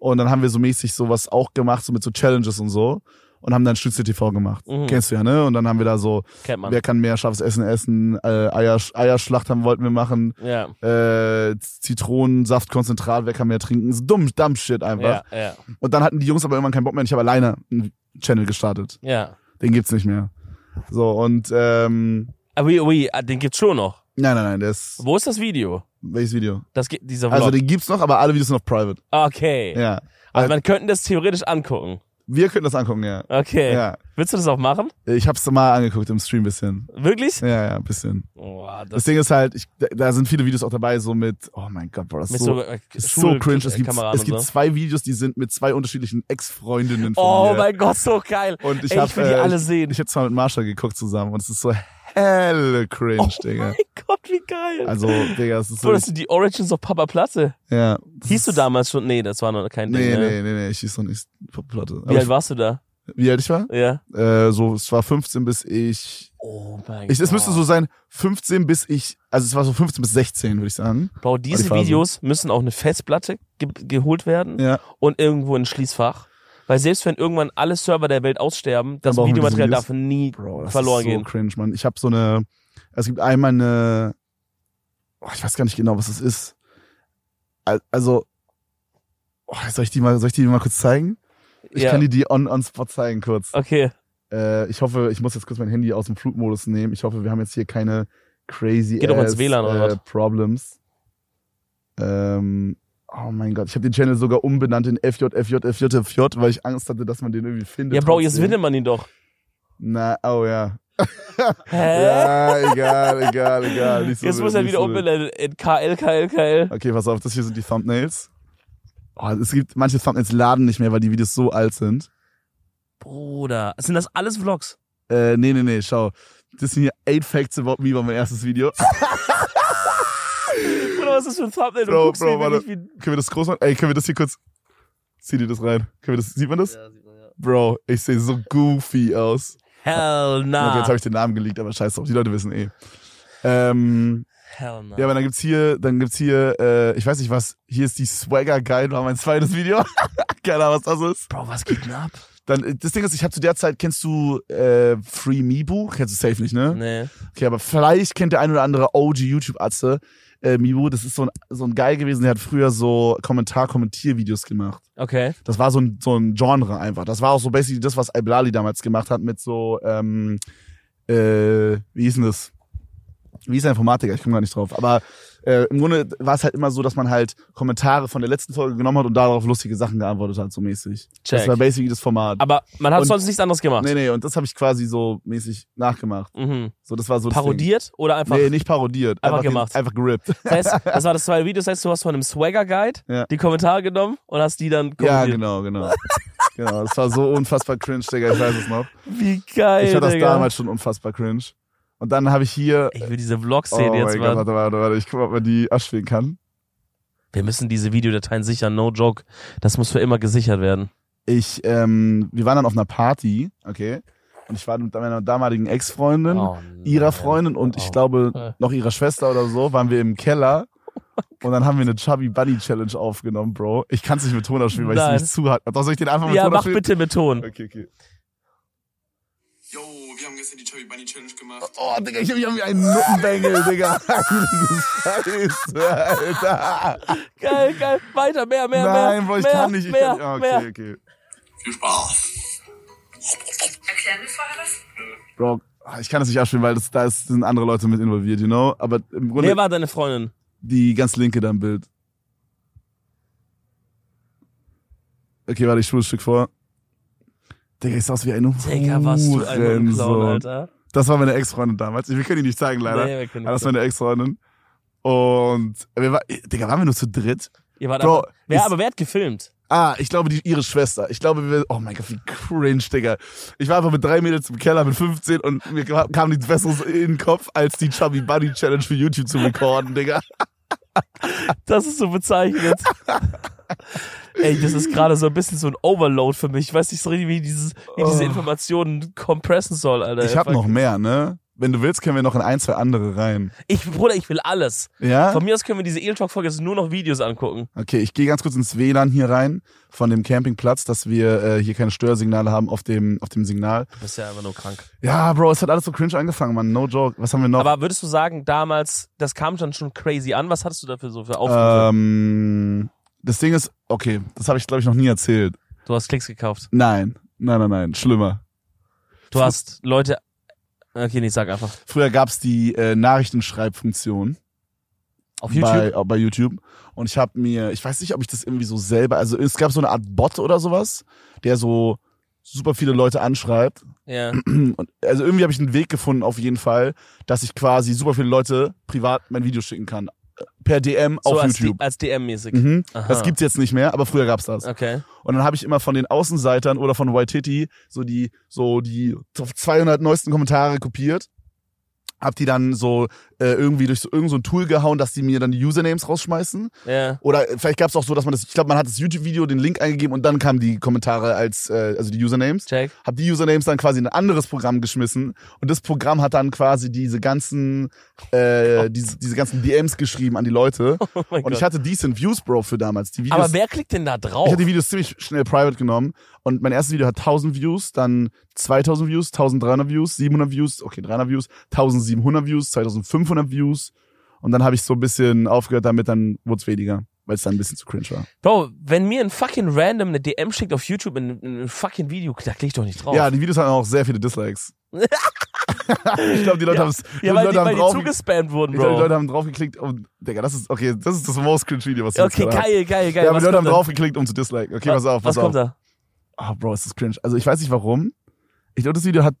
Speaker 1: Und dann haben wir so mäßig sowas auch gemacht, so mit so Challenges und so. und haben dann Stütze TV gemacht.
Speaker 2: Mhm.
Speaker 1: Kennst du ja, ne? Und dann haben wir da so,
Speaker 2: Kennt man.
Speaker 1: wer kann mehr scharfes Essen essen, äh, Eier, Eierschlacht haben wollten wir machen,
Speaker 2: Ja,
Speaker 1: äh, Zitronensaftkonzentrat, wer kann mehr trinken, so dumm, dumb shit einfach.
Speaker 2: ja, ja,
Speaker 1: Und dann hatten die Jungs aber irgendwann keinen Bock mehr und ich habe alleine einen Channel gestartet.
Speaker 2: ja.
Speaker 1: Den gibt's nicht mehr. So, und ähm,
Speaker 2: Ah, oui, oui, ah, den gibt's schon noch.
Speaker 1: nein, nein, nein, der ist.
Speaker 2: Wo ist das Video?
Speaker 1: Welches Video?
Speaker 2: Das geht, dieser Vlog. Ah,
Speaker 1: Also den gibt's noch, aber alle Videos sind auf Private.
Speaker 2: okay.
Speaker 1: Ja.
Speaker 2: Also man könnte das theoretisch angucken.
Speaker 1: Wir könnten das angucken, ja.
Speaker 2: Okay.
Speaker 1: Ja.
Speaker 2: Willst du das auch machen?
Speaker 1: Ich hab's mal angeguckt im Stream bisschen.
Speaker 2: Wirklich?
Speaker 1: Ja, ja, ein bisschen.
Speaker 2: Oh, das,
Speaker 1: Das Ding ist halt, ich, da- da sind viele Videos auch dabei, so mit, oh mein Gott, Bro, das ist
Speaker 2: mit
Speaker 1: so,
Speaker 2: so, äh,
Speaker 1: ist so
Speaker 2: Schul-
Speaker 1: cringe. Es
Speaker 2: äh,
Speaker 1: gibt,
Speaker 2: Kameraden
Speaker 1: es
Speaker 2: und
Speaker 1: gibt
Speaker 2: so.
Speaker 1: zwei Videos, die sind mit zwei unterschiedlichen Ex-Freundinnen von
Speaker 2: Oh
Speaker 1: mir.
Speaker 2: mein Gott, so geil.
Speaker 1: Und ich
Speaker 2: Ey,
Speaker 1: hab,
Speaker 2: ich will die
Speaker 1: äh,
Speaker 2: alle sehen.
Speaker 1: Ich hab's mal mit Marsha geguckt zusammen und es ist so helle cringe,
Speaker 2: oh
Speaker 1: Digga.
Speaker 2: mein Gott, wie geil.
Speaker 1: Also, Digga, es ist
Speaker 2: so,
Speaker 1: so,
Speaker 2: das sind die Origins of Papa Platte.
Speaker 1: ja. das
Speaker 2: Hieß du
Speaker 1: ist-
Speaker 2: damals schon? Nee, das war noch kein Ding.
Speaker 1: Nee,
Speaker 2: ne?
Speaker 1: nee, nee, nee, ich hieß noch nicht Platte.
Speaker 2: Wie
Speaker 1: Aber
Speaker 2: alt warst du da?
Speaker 1: ich, wie alt ich war?
Speaker 2: Ja.
Speaker 1: Äh, so, es war 15 bis ich
Speaker 2: Oh mein
Speaker 1: Ich,
Speaker 2: Gott.
Speaker 1: es müsste so sein, 15 bis ich, also es war so 15 bis 16, würde ich sagen.
Speaker 2: Bro, diese
Speaker 1: Phase.
Speaker 2: Videos müssen auf eine Festplatte ge geholt werden
Speaker 1: Ja.
Speaker 2: und irgendwo in ein Schließfach. Weil selbst wenn irgendwann alle Server der Welt aussterben, das
Speaker 1: brauchen wir diese
Speaker 2: Videomaterial
Speaker 1: Videos.
Speaker 2: darf nie
Speaker 1: Bro, das
Speaker 2: verloren
Speaker 1: ist so
Speaker 2: gehen.
Speaker 1: cringe, Mann. Ich habe so eine, es gibt einmal eine, oh, ich weiß gar nicht genau, was es ist. Al- Also, oh, soll ich die mal, soll ich die mal kurz zeigen? Ich
Speaker 2: Ja.
Speaker 1: kann die die on, on spot zeigen kurz.
Speaker 2: Okay.
Speaker 1: Äh, ich hoffe, ich muss jetzt kurz mein Handy aus dem Flugmodus nehmen. Ich hoffe, wir haben jetzt hier keine crazy
Speaker 2: Geht doch
Speaker 1: ass,
Speaker 2: ins WLAN oder
Speaker 1: äh,
Speaker 2: was?
Speaker 1: Problems. Ähm, oh mein Gott, ich habe den Channel sogar umbenannt in FJ, FJ, FJ, FJ, weil ich Angst hatte, dass man den irgendwie findet.
Speaker 2: Ja, Bro, jetzt
Speaker 1: trotzdem.
Speaker 2: findet man ihn doch.
Speaker 1: Na, oh ja.
Speaker 2: Hä?
Speaker 1: Ja, egal, egal, egal. Nicht so
Speaker 2: Äh? jetzt
Speaker 1: wild,
Speaker 2: muss er
Speaker 1: nicht
Speaker 2: wieder
Speaker 1: so wild.
Speaker 2: umbenennen in KL, KL, KL.
Speaker 1: Okay, pass auf, das hier sind die Thumbnails. Oh, es gibt manche Thumbnails laden nicht mehr, weil die Videos so alt sind.
Speaker 2: Bruder, sind das alles Vlogs?
Speaker 1: Äh, nee, nee, nee, schau. Das sind hier eight Facts about me war mein erstes Video.
Speaker 2: Bruder, was ist das für ein Thumbnail? Du
Speaker 1: Bro,
Speaker 2: guckst
Speaker 1: Bro,
Speaker 2: mir
Speaker 1: warte.
Speaker 2: wirklich wie...
Speaker 1: Können wir das groß machen? Ey, können wir das hier kurz. Zieh dir das rein. Können wir das, sieht man das? Bro, ich sehe so goofy aus.
Speaker 2: Hell
Speaker 1: Okay,
Speaker 2: nah.
Speaker 1: jetzt habe ich den Namen geleakt, aber scheiß drauf, die Leute wissen eh. Ähm,
Speaker 2: Hell nah.
Speaker 1: ja, aber dann gibt's hier, dann gibt's hier, äh, ich weiß nicht was, hier ist die Swagger Guide, war mein zweites Video. Keine Ahnung, was das ist.
Speaker 2: Bro, was geht denn ab?
Speaker 1: Dann, äh, das Ding ist, ich habe zu der Zeit, kennst du äh, Free Mibu? Kennst du safe nicht, ne?
Speaker 2: Nee.
Speaker 1: Okay, aber vielleicht kennt der ein oder andere OG YouTube-Atze äh, Mibu. Das ist so ein, so ein Geil gewesen, der hat früher so Kommentar-Kommentiervideos gemacht.
Speaker 2: Okay.
Speaker 1: Das war so ein, so ein Genre einfach. Das war auch so basically das, was Iblali damals gemacht hat mit so, ähm, äh, wie hieß denn das? Wie ist der Informatiker? Ich komme gar nicht drauf. Aber äh, im Grunde war es halt immer so, dass man halt Kommentare von der letzten Folge genommen hat und darauf lustige Sachen geantwortet hat, so mäßig. Das
Speaker 2: Check.
Speaker 1: war basically das Format.
Speaker 2: Aber man hat
Speaker 1: Und-
Speaker 2: sonst nichts anderes gemacht.
Speaker 1: nee, nee, und das habe ich quasi so mäßig nachgemacht.
Speaker 2: Mhm.
Speaker 1: So, das war so das
Speaker 2: Parodiert oder
Speaker 1: Ding.
Speaker 2: einfach?
Speaker 1: Nee, nicht parodiert.
Speaker 2: Einfach
Speaker 1: den-
Speaker 2: gemacht.
Speaker 1: Einfach gerippt.
Speaker 2: Das heißt, das war das zweite Video, das heißt, du hast von einem Swagger-Guide
Speaker 1: Ja.
Speaker 2: die Kommentare genommen und hast die dann
Speaker 1: Ja,
Speaker 2: kommentiert.
Speaker 1: genau, genau. genau, das war so unfassbar cringe, Digga, ich weiß es noch.
Speaker 2: Wie geil,
Speaker 1: Ich fand das
Speaker 2: Digga.
Speaker 1: damals schon unfassbar cringe. Und dann habe ich hier.
Speaker 2: Ich will diese Vlog-Szene
Speaker 1: oh mein
Speaker 2: jetzt
Speaker 1: Gott,
Speaker 2: mal.
Speaker 1: warte, warte, warte. Ich guck mal, ob man die abspielen kann.
Speaker 2: Wir müssen diese Videodateien sichern, no joke. Das muss für immer gesichert werden.
Speaker 1: Ich, ähm, wir waren dann auf einer Party, okay. Und ich war mit meiner damaligen Ex-Freundin,
Speaker 2: Oh,
Speaker 1: ihrer Freundin und ich glaube noch ihrer Schwester oder so, waren wir im Keller.
Speaker 2: Oh
Speaker 1: Und dann haben wir eine Chubby Bunny Challenge aufgenommen, Bro. Ich kann es nicht mit Toner spielen, weil ich es
Speaker 2: Nein.
Speaker 1: nicht zu hart. Doch, soll ich den einfach mit
Speaker 2: Ja,
Speaker 1: Toner
Speaker 2: mach
Speaker 1: spielen?
Speaker 2: bitte mit Ton.
Speaker 1: Okay, okay.
Speaker 3: Yo, wir haben gestern die Chubby Bunny Challenge gemacht.
Speaker 1: Oh, Digga, ich hab mich an wie einen Nuppenbengel, Digga. Heiliges Scheiße, Alter.
Speaker 2: Geil, geil. Weiter, mehr, mehr, mehr.
Speaker 1: Nein, Bro, ich
Speaker 2: mehr,
Speaker 1: kann nicht. Ich
Speaker 2: mehr,
Speaker 1: kann, ah, okay,
Speaker 2: mehr.
Speaker 1: okay.
Speaker 3: Viel Spaß.
Speaker 4: Erklären wir vorher das?
Speaker 1: Bro, ah, ich kann das nicht abspielen, weil das, da ist, sind andere Leute mit involviert, you know? Aber im Grunde
Speaker 2: Wer war deine Freundin?
Speaker 1: die ganz linke da im Bild. Okay, warte, ich spule ein Stück vor. Digga, ich sah aus wie ein
Speaker 2: Digga, warst du ein Hurensohn,
Speaker 1: Hurensohn.
Speaker 2: Alter.
Speaker 1: Das war meine Ex-Freundin damals. Wir können die nicht zeigen, leider.
Speaker 2: Nee, wir können
Speaker 1: Aber das
Speaker 2: nicht
Speaker 1: war meine Ex-Freundin. Und wir war, Digga, waren wir nur zu dritt?
Speaker 2: Ihr wart
Speaker 1: Bro,
Speaker 2: einfach, wer,
Speaker 1: ist-
Speaker 2: aber wer hat gefilmt?
Speaker 1: Ah, ich glaube, die, ihre Schwester. Ich glaube, wir, oh mein Gott, wie cringe, Digga. Ich war einfach mit drei Mädels im Keller mit 15 und mir ka- kam nichts Besseres in den Kopf, als die Chubby Bunny Challenge für YouTube zu recorden, Digga.
Speaker 2: Das ist so bezeichnet. Ey, das ist gerade so ein bisschen so ein Overload für mich. Ich weiß nicht so richtig, wie ich, dieses, wie ich diese
Speaker 1: Oh.
Speaker 2: Informationen compressen soll, Alter.
Speaker 1: Ich hab noch mehr, ne? Wenn du willst, können wir noch in ein, zwei andere rein.
Speaker 2: Ich, Bruder, ich will alles.
Speaker 1: Ja?
Speaker 2: Von mir aus können wir diese Eel Talk-Folge jetzt nur noch Videos angucken.
Speaker 1: Okay, ich gehe ganz kurz ins WLAN hier rein von dem Campingplatz, dass wir äh, hier keine Störsignale haben auf dem, auf dem Signal.
Speaker 2: Du bist ja einfach nur krank.
Speaker 1: Ja, Bro, es hat alles so cringe angefangen, Mann. No joke. Was haben wir noch?
Speaker 2: Aber würdest du sagen, damals, das kam dann schon crazy an? Was hattest du dafür so für Aufrufe?
Speaker 1: ähm, das Ding ist, okay, das habe ich, glaube ich, noch nie erzählt.
Speaker 2: du hast Klicks gekauft.
Speaker 1: Nein, nein, nein, nein, schlimmer.
Speaker 2: Du hast Leute. Okay, nee, sag einfach.
Speaker 1: Früher gab's die äh, Nachrichtenschreibfunktion
Speaker 2: Auf YouTube.
Speaker 1: bei, auch bei YouTube. Und ich habe mir, ich weiß nicht, ob ich das irgendwie so selber, also es gab so eine Art Bot oder sowas, der so super viele Leute anschreibt.
Speaker 2: ja.
Speaker 1: Und, also irgendwie habe ich einen Weg gefunden, auf jeden Fall, dass ich quasi super viele Leute privat mein Video schicken kann. Äh, Per DM
Speaker 2: So
Speaker 1: auf
Speaker 2: als, Ah. D-
Speaker 1: YouTube.
Speaker 2: als DM-mäßig.
Speaker 1: Mhm.
Speaker 2: Aha.
Speaker 1: Das gibt's jetzt nicht mehr, aber früher gab's das.
Speaker 2: Okay.
Speaker 1: Und dann habe ich immer von den Außenseitern oder von Waititi so die so die Top 200 neuesten Kommentare kopiert. Hab die dann so äh, irgendwie durch so, irgend so ein Tool gehauen, dass die mir dann die Usernames rausschmeißen.
Speaker 2: Ja.
Speaker 1: Oder äh, vielleicht gab's auch so, dass man das, ich glaube, man hat das YouTube-Video, den Link eingegeben und dann kamen die Kommentare als, äh, also die Usernames.
Speaker 2: Check.
Speaker 1: Hab die Usernames dann quasi in ein anderes Programm geschmissen und das Programm hat dann quasi diese ganzen, äh, diese, diese ganzen DMs geschrieben an die Leute.
Speaker 2: Oh mein
Speaker 1: und ich
Speaker 2: Gott.
Speaker 1: hatte decent Views, Bro, für damals. Die Videos
Speaker 2: Aber wer klickt denn da drauf?
Speaker 1: ich hatte die Videos ziemlich schnell private genommen und mein erstes Video hat 1000 Views, dann 2000 Views, 1300 Views, 700 Views, okay, 300 Views, 1700 Views, 2500 Views und dann habe ich so ein bisschen aufgehört damit, dann wurde es weniger, weil es dann ein bisschen zu cringe war.
Speaker 2: Bro, wenn mir ein fucking Random eine DM schickt auf YouTube in, in ein fucking Video, da klick ich doch nicht drauf.
Speaker 1: Ja, die Videos hatten auch sehr viele Dislikes. ich glaube, die Leute
Speaker 2: Ja.
Speaker 1: haben es,
Speaker 2: ja
Speaker 1: die
Speaker 2: weil, die,
Speaker 1: Leute
Speaker 2: weil
Speaker 1: haben
Speaker 2: die
Speaker 1: drauf,
Speaker 2: zugespammt wurden,
Speaker 1: ich glaub, die
Speaker 2: Bro.
Speaker 1: Leute haben draufgeklickt und, Digga, das ist, okay, das ist das most cringe Video, was du
Speaker 2: Okay,
Speaker 1: jetzt gerade hast.
Speaker 2: geil, geil, geil.
Speaker 1: Ja, aber
Speaker 2: Was
Speaker 1: die Leute haben
Speaker 2: kommt da?
Speaker 1: draufgeklickt, um zu disliken. Okay, pass auf, pass
Speaker 2: Was
Speaker 1: auf.
Speaker 2: kommt da?
Speaker 1: Ah, Bro, ist das cringe. Also ich weiß nicht warum. Ich glaube, das Video hat.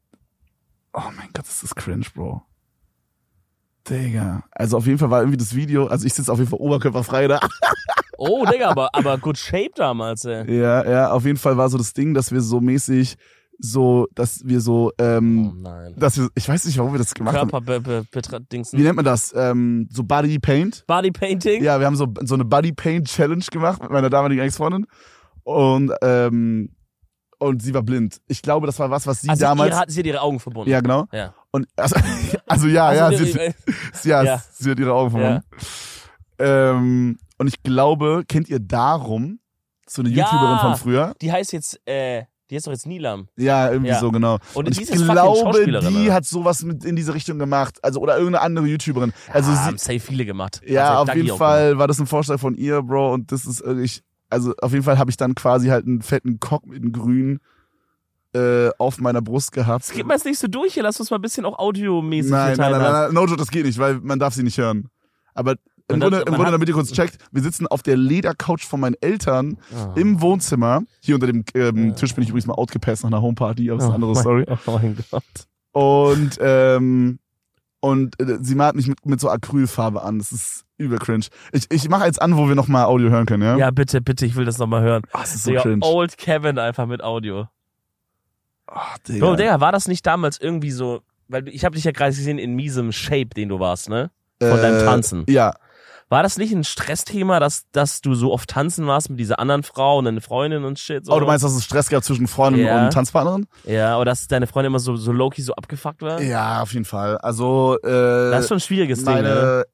Speaker 1: Oh mein Gott, ist das cringe, Bro. Digga. Also auf jeden Fall war irgendwie das Video, also ich sitze auf jeden Fall oberkörperfrei da.
Speaker 2: Oh, Digga, aber, aber good shape damals, ey.
Speaker 1: Ja, ja, auf jeden Fall war so das Ding, dass wir so mäßig so, dass wir so,
Speaker 2: Oh
Speaker 1: ähm,
Speaker 2: nein.
Speaker 1: dass wir, ich weiß nicht, warum wir das gemacht haben.
Speaker 2: Körper be, be, betra-
Speaker 1: Wie
Speaker 2: Dingsen.
Speaker 1: nennt man das? Ähm, so Body Paint?
Speaker 2: Body Painting?
Speaker 1: Ja, wir haben so, so eine Buddy Paint Challenge gemacht mit meiner damaligen Ex-Freundin. Und, ähm, und sie war blind. Ich glaube, das war was, was sie
Speaker 2: also
Speaker 1: damals.
Speaker 2: ihr hat, sie hat ihre Augen verbunden.
Speaker 1: Ja, genau.
Speaker 2: Ja.
Speaker 1: Und also, also ja,
Speaker 2: Also,
Speaker 1: ja,
Speaker 2: die-
Speaker 1: sie,
Speaker 2: äh,
Speaker 1: sie, ja,
Speaker 2: ja.
Speaker 1: sie hat ihre Augen verbunden. Ähm, und ich glaube, kennt ihr darum so eine
Speaker 2: Ja.
Speaker 1: YouTuberin von früher?
Speaker 2: die heißt jetzt, äh, die heißt doch jetzt Nilam.
Speaker 1: Ja, irgendwie
Speaker 2: Ja.
Speaker 1: so genau.
Speaker 2: Und die
Speaker 1: ich
Speaker 2: ist jetzt fucking
Speaker 1: glaube,
Speaker 2: Schauspielerin,
Speaker 1: die
Speaker 2: oder?
Speaker 1: hat sowas mit in diese Richtung gemacht, also oder irgendeine andere YouTuberin. Also
Speaker 2: ah,
Speaker 1: sie,
Speaker 2: haben safe viele gemacht.
Speaker 1: Ja,
Speaker 2: Also,
Speaker 1: auf
Speaker 2: Dagi
Speaker 1: jeden
Speaker 2: auch
Speaker 1: Fall war das ein Vorschlag von ihr, Bro. Und das ist wirklich, also auf jeden Fall habe ich dann quasi halt einen fetten Cock in grün äh, auf meiner Brust gehabt.
Speaker 2: Gib mal das nächste durch hier, lass uns mal ein bisschen auch audiomäßig
Speaker 1: nein, nein,
Speaker 2: hier
Speaker 1: nein, nein, nein,
Speaker 2: teilhaben.
Speaker 1: no joke, das geht nicht, weil man darf sie nicht hören. Aber im
Speaker 2: Man
Speaker 1: Grunde,
Speaker 2: darf-
Speaker 1: im
Speaker 2: man
Speaker 1: Grunde,
Speaker 2: hat-
Speaker 1: damit ihr kurz checkt, wir sitzen auf der Ledercouch von meinen Eltern
Speaker 2: Ah.
Speaker 1: im Wohnzimmer. Hier unter dem ähm,
Speaker 2: Ja.
Speaker 1: Tisch bin ich übrigens mal outgepasst nach einer Homeparty, aber das ist eine andere
Speaker 2: mein-
Speaker 1: Story.
Speaker 2: Oh mein Gott.
Speaker 1: Und, ähm, und äh, sie malt mich mit, mit so Acrylfarbe an. Das ist übel cringe. Ich, ich mache jetzt an, wo wir nochmal Audio hören können, ja?
Speaker 2: Ja, bitte, bitte, ich will das nochmal hören.
Speaker 1: Ah, das ist so
Speaker 2: Digga, Oh.
Speaker 1: cringe.
Speaker 2: Old Kevin einfach mit Audio.
Speaker 1: Ah,
Speaker 2: Bro,
Speaker 1: Digga.
Speaker 2: Digga, war das nicht damals irgendwie so, weil du- ich habe dich ja gerade gesehen in miesem Shape, den du warst, ne? Von deinem
Speaker 1: Äh,
Speaker 2: Tanzen.
Speaker 1: Ja,
Speaker 2: War das nicht ein Stressthema, dass, dass du so oft tanzen warst mit dieser anderen Frau und deine Freundin und shit? So?
Speaker 1: oh, du meinst, dass es Stress gab zwischen Freundin
Speaker 2: Ja.
Speaker 1: und Tanzpartnerin?
Speaker 2: Ja, oder dass deine Freundin immer so, so low-key so abgefuckt war?
Speaker 1: Ja, auf jeden Fall. Also, äh,
Speaker 2: Das ist schon ein schwieriges Ding, ne?
Speaker 1: meine,